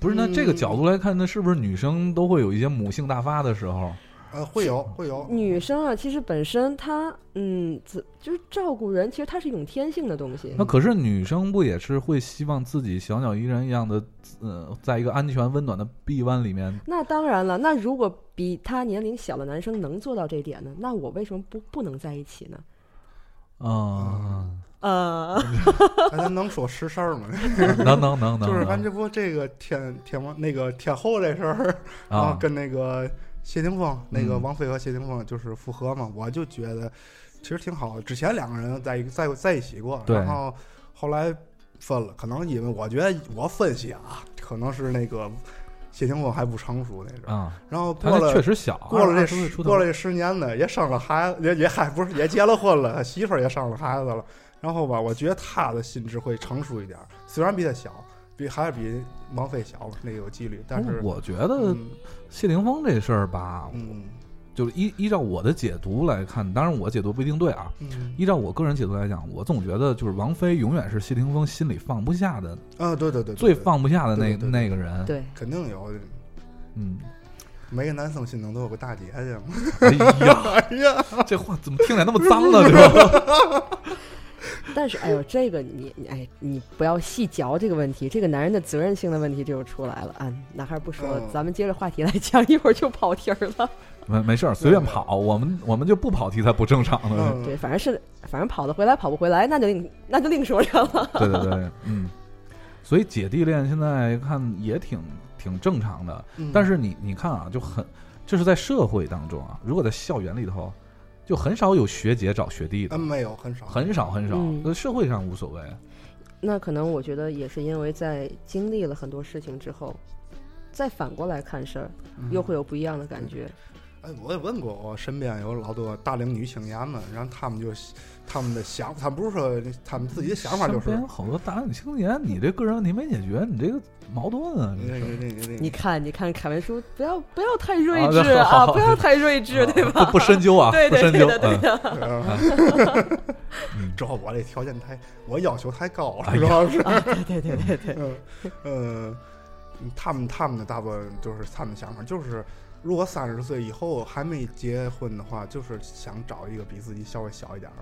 Speaker 1: 不是？那这个
Speaker 3: 嗯
Speaker 1: 角度来看，那是不是女生都会有一些母性大发的时候？
Speaker 3: 呃会有会 *laughs* 有，
Speaker 2: 女生啊，其实本身她嗯，自就是照顾人，其实它是一种天性的东西。
Speaker 3: 嗯哦
Speaker 1: 那可是女生不也是会希望自己小鸟依人一样的，呃，在一个安全温暖的臂弯里面？
Speaker 2: *laughs* 那当然了，那如果比他年龄小的男生能做到这一点呢，那我为什么不不能在一起呢？
Speaker 1: 啊、
Speaker 2: 呃，
Speaker 3: 咱咱能说实事儿吗？
Speaker 1: 能能能能，
Speaker 3: 嗯就是咱
Speaker 1: 能
Speaker 3: 这不这个天天王那个天后这事儿，然后
Speaker 1: 啊，
Speaker 3: 跟那个谢霆锋，那个
Speaker 1: 嗯
Speaker 3: 王菲和谢霆锋就是复合嘛，我就觉得其实挺好。之前两个人在一个在在一起过，
Speaker 1: 对
Speaker 3: 然后后来分了，可能因为我觉得我分析啊，可能是那个谢霆锋还不成熟那种，
Speaker 1: 啊，
Speaker 3: 然后
Speaker 1: 他
Speaker 3: 过
Speaker 1: 那确
Speaker 3: 了。
Speaker 1: 实小，啊
Speaker 3: 过了这
Speaker 1: 20岁
Speaker 3: 十
Speaker 1: 出头
Speaker 3: 过了这十年呢，也生了孩子，也也还不是也结了婚了，他媳妇儿也生了孩子了。然后吧，我觉得他的心智会成熟一点儿，虽然比他小，比还是比王菲小吧，那个有几率。但是，
Speaker 1: 哦我觉呃得
Speaker 3: 嗯
Speaker 1: 谢霆锋这事儿吧，
Speaker 3: 嗯
Speaker 1: 就是依依照我的解读来看，当然我解读不一定对啊。
Speaker 3: 嗯
Speaker 1: 依照我个人解读来讲，我总觉得就是王菲永远是谢霆锋心里放不下的、
Speaker 3: 啊，对对对，对
Speaker 1: 最
Speaker 3: 对
Speaker 1: 放不下的那
Speaker 3: 对对对
Speaker 1: 那个人。，
Speaker 2: *laughs* 对，
Speaker 3: 肯定有，
Speaker 1: 嗯，
Speaker 3: 每个男生心中都有个大姐姐嘛。
Speaker 1: *laughs* 哎呀，
Speaker 3: *laughs* 哎呀，
Speaker 1: 这话怎么听起来那么脏啊呢？对吧？
Speaker 2: 但是哎呦，这个你你哎，你不要细嚼这个问题，这个男人的责任心的问题这就出来了啊。男孩不说了，
Speaker 3: 嗯
Speaker 2: 咱们接着话题来讲，一会儿就跑题儿了。
Speaker 1: *laughs* 没没事儿，随便跑，我们我们就不跑题才不正常呢。
Speaker 3: 嗯
Speaker 2: 对，反正是反正跑得回来，跑不回来那就另那就另说着了。 *laughs*
Speaker 1: 对对对，嗯，所以姐弟恋现在看也挺挺正常的，
Speaker 3: 嗯
Speaker 1: 但是你你看啊，就很就是在社会当中啊，如果在校园里头，就很少有学姐找学弟的
Speaker 3: 嗯，，没有，很少，
Speaker 1: 很少很少，
Speaker 2: 嗯
Speaker 1: 呃社会上无所谓。
Speaker 2: 那可能我觉得也是因为在经历了很多事情之后，再反过来看事儿，
Speaker 3: 嗯
Speaker 2: 又会有不一样的感觉。
Speaker 3: 哎，我也问过我身边有老多大龄女青年们，然后他们就他们的想，他们不是说他们自己的想法就是
Speaker 1: 身。边好多大龄青年，你这个人问题没解决，你这个矛盾啊，这
Speaker 3: 那
Speaker 1: 是
Speaker 3: 个那个那个，
Speaker 2: *laughs* 你看，你看，凯文叔，不要不要太睿
Speaker 1: 啊
Speaker 2: 智
Speaker 1: 那好
Speaker 2: 啊，
Speaker 1: 好
Speaker 2: 不要太睿
Speaker 3: *laughs*
Speaker 2: 智，对吧？
Speaker 1: 不不深究啊，
Speaker 2: *laughs* 对
Speaker 1: 不
Speaker 2: 对
Speaker 1: 深
Speaker 2: 对
Speaker 1: 究。
Speaker 2: 的对
Speaker 1: 嗯
Speaker 2: 的。
Speaker 1: 嗯
Speaker 3: 主要我这条件太，我要求太高了，主要
Speaker 2: *laughs*
Speaker 3: 是，
Speaker 2: 对对 *laughs* 对啊对，
Speaker 3: 嗯 *laughs* 嗯，他们他们的大部分就是他们的想法就是，如果三十岁以后还没结婚的话，就是想找一个比自己稍微小一点儿，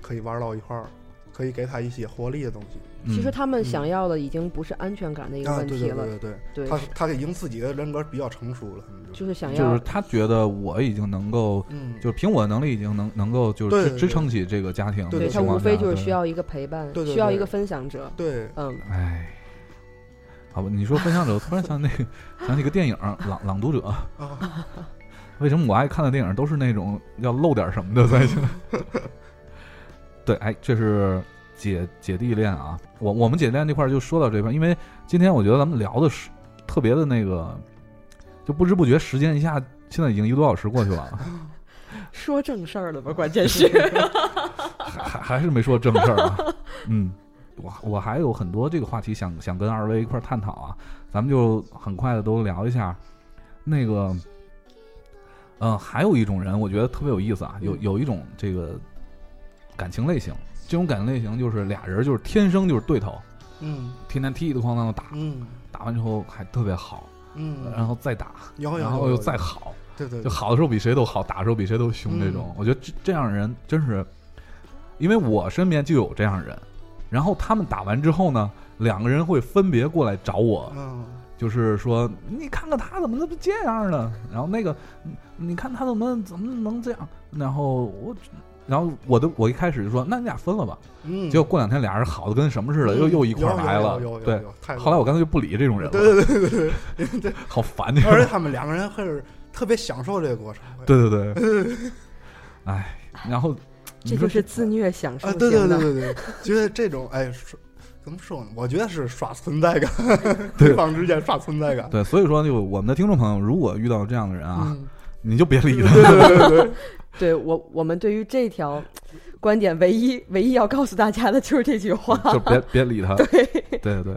Speaker 3: 可以玩到一块儿，可以给他一些活力的东西。
Speaker 1: 嗯
Speaker 2: 其实他们想要的已经不是安全感的一个
Speaker 3: 啊，
Speaker 2: 问
Speaker 3: 对
Speaker 2: 题
Speaker 3: 对
Speaker 2: 了，
Speaker 3: 对对
Speaker 2: 对
Speaker 3: 对，他他已经自己的人格比较成熟了，可能
Speaker 2: 就是想
Speaker 1: 就
Speaker 2: 要
Speaker 1: 是他觉得我已经能够，
Speaker 3: 嗯，
Speaker 1: 就是凭我的能力已经能能够就是
Speaker 3: 对对
Speaker 1: 支
Speaker 3: 对
Speaker 1: 支撑起这个家庭
Speaker 3: 对
Speaker 1: 的
Speaker 2: 对
Speaker 3: 对
Speaker 2: 他
Speaker 1: 情
Speaker 2: 无
Speaker 1: 况下。
Speaker 2: 非就是
Speaker 1: 对
Speaker 2: 需要一个陪伴，
Speaker 3: 对对
Speaker 2: 需要
Speaker 3: 对
Speaker 2: 一个分享者。
Speaker 3: 对，
Speaker 2: 嗯，
Speaker 1: 哎，好吧，你说分享者，我突然想那个想起个电影《朗朗读者》，
Speaker 3: 啊，
Speaker 1: 为什么我爱看的电影都是那种要露点什么的才行？ *laughs* 对，哎，这是姐姐弟恋啊。我我们姐弟恋这块儿就说到这块儿，因为今天我觉得咱们聊的是特别的那个，就不知不觉时间一下现在已经一个多小时过去了，啊
Speaker 2: 说正事儿了吧？关键是
Speaker 1: 还还还是没说正事儿啊。嗯，我我还有很多这个话题想想跟二位一块儿探讨啊，咱们就很快的都聊一下。那个，嗯、还有一种人，我觉得特别有意思啊，有
Speaker 2: 嗯
Speaker 1: 有一种这个感情类型，这种感情类型就是俩人就是天生就是对头，
Speaker 3: 嗯
Speaker 1: 天天踢的哐当的打，
Speaker 3: 嗯
Speaker 1: 打完之后还特别好，
Speaker 3: 嗯，哦
Speaker 1: 然后再打，
Speaker 3: 有有
Speaker 1: 呃然后又再好，
Speaker 3: 对对
Speaker 1: 就好的时候比谁都好，打的时候比谁都凶这种。
Speaker 3: 嗯
Speaker 1: 我觉得这这样人真是，因为我身边就有这样人，然后他们打完之后呢，两个人会分别过来找我，
Speaker 3: 嗯
Speaker 1: 就是说你看看他怎么能这样呢？然后那个嗯你看他怎么怎么能这样？然后我然后我都我一开始就说，那你俩分了吧。
Speaker 3: 嗯，
Speaker 1: 结果过两天俩人好的跟什么似的，又
Speaker 3: 嗯
Speaker 1: 又一块儿
Speaker 3: 有有
Speaker 1: 来了
Speaker 3: 有有。有
Speaker 1: 对
Speaker 3: 有，太多
Speaker 1: 后来我
Speaker 3: 了
Speaker 1: 干脆就不理这种人了，
Speaker 3: 对对对对对对，
Speaker 1: *laughs* 好烦这种。
Speaker 3: 而且他们两个人还是特别享受这个过程。
Speaker 1: *laughs* 对对对，
Speaker 2: *laughs*
Speaker 1: 哎，然后
Speaker 2: 这
Speaker 1: 你说
Speaker 2: 就是自虐享受
Speaker 3: 啊，
Speaker 2: 型
Speaker 3: 对
Speaker 2: 的。
Speaker 3: 对对对对，觉得这种哎，说怎么说呢？我觉得是刷存在感，
Speaker 1: 对
Speaker 3: *laughs* 对方之间刷存在感。
Speaker 1: 对，所以说就我们的听众朋友，如果遇到这样的人啊，
Speaker 3: 嗯，
Speaker 1: 你就别理
Speaker 3: 对
Speaker 1: 他。 *laughs*
Speaker 3: 对对对对，
Speaker 2: 对我我们对于这条观点，唯一唯一要告诉大家的就是这句话。 *laughs*
Speaker 1: 就别别理他。对对对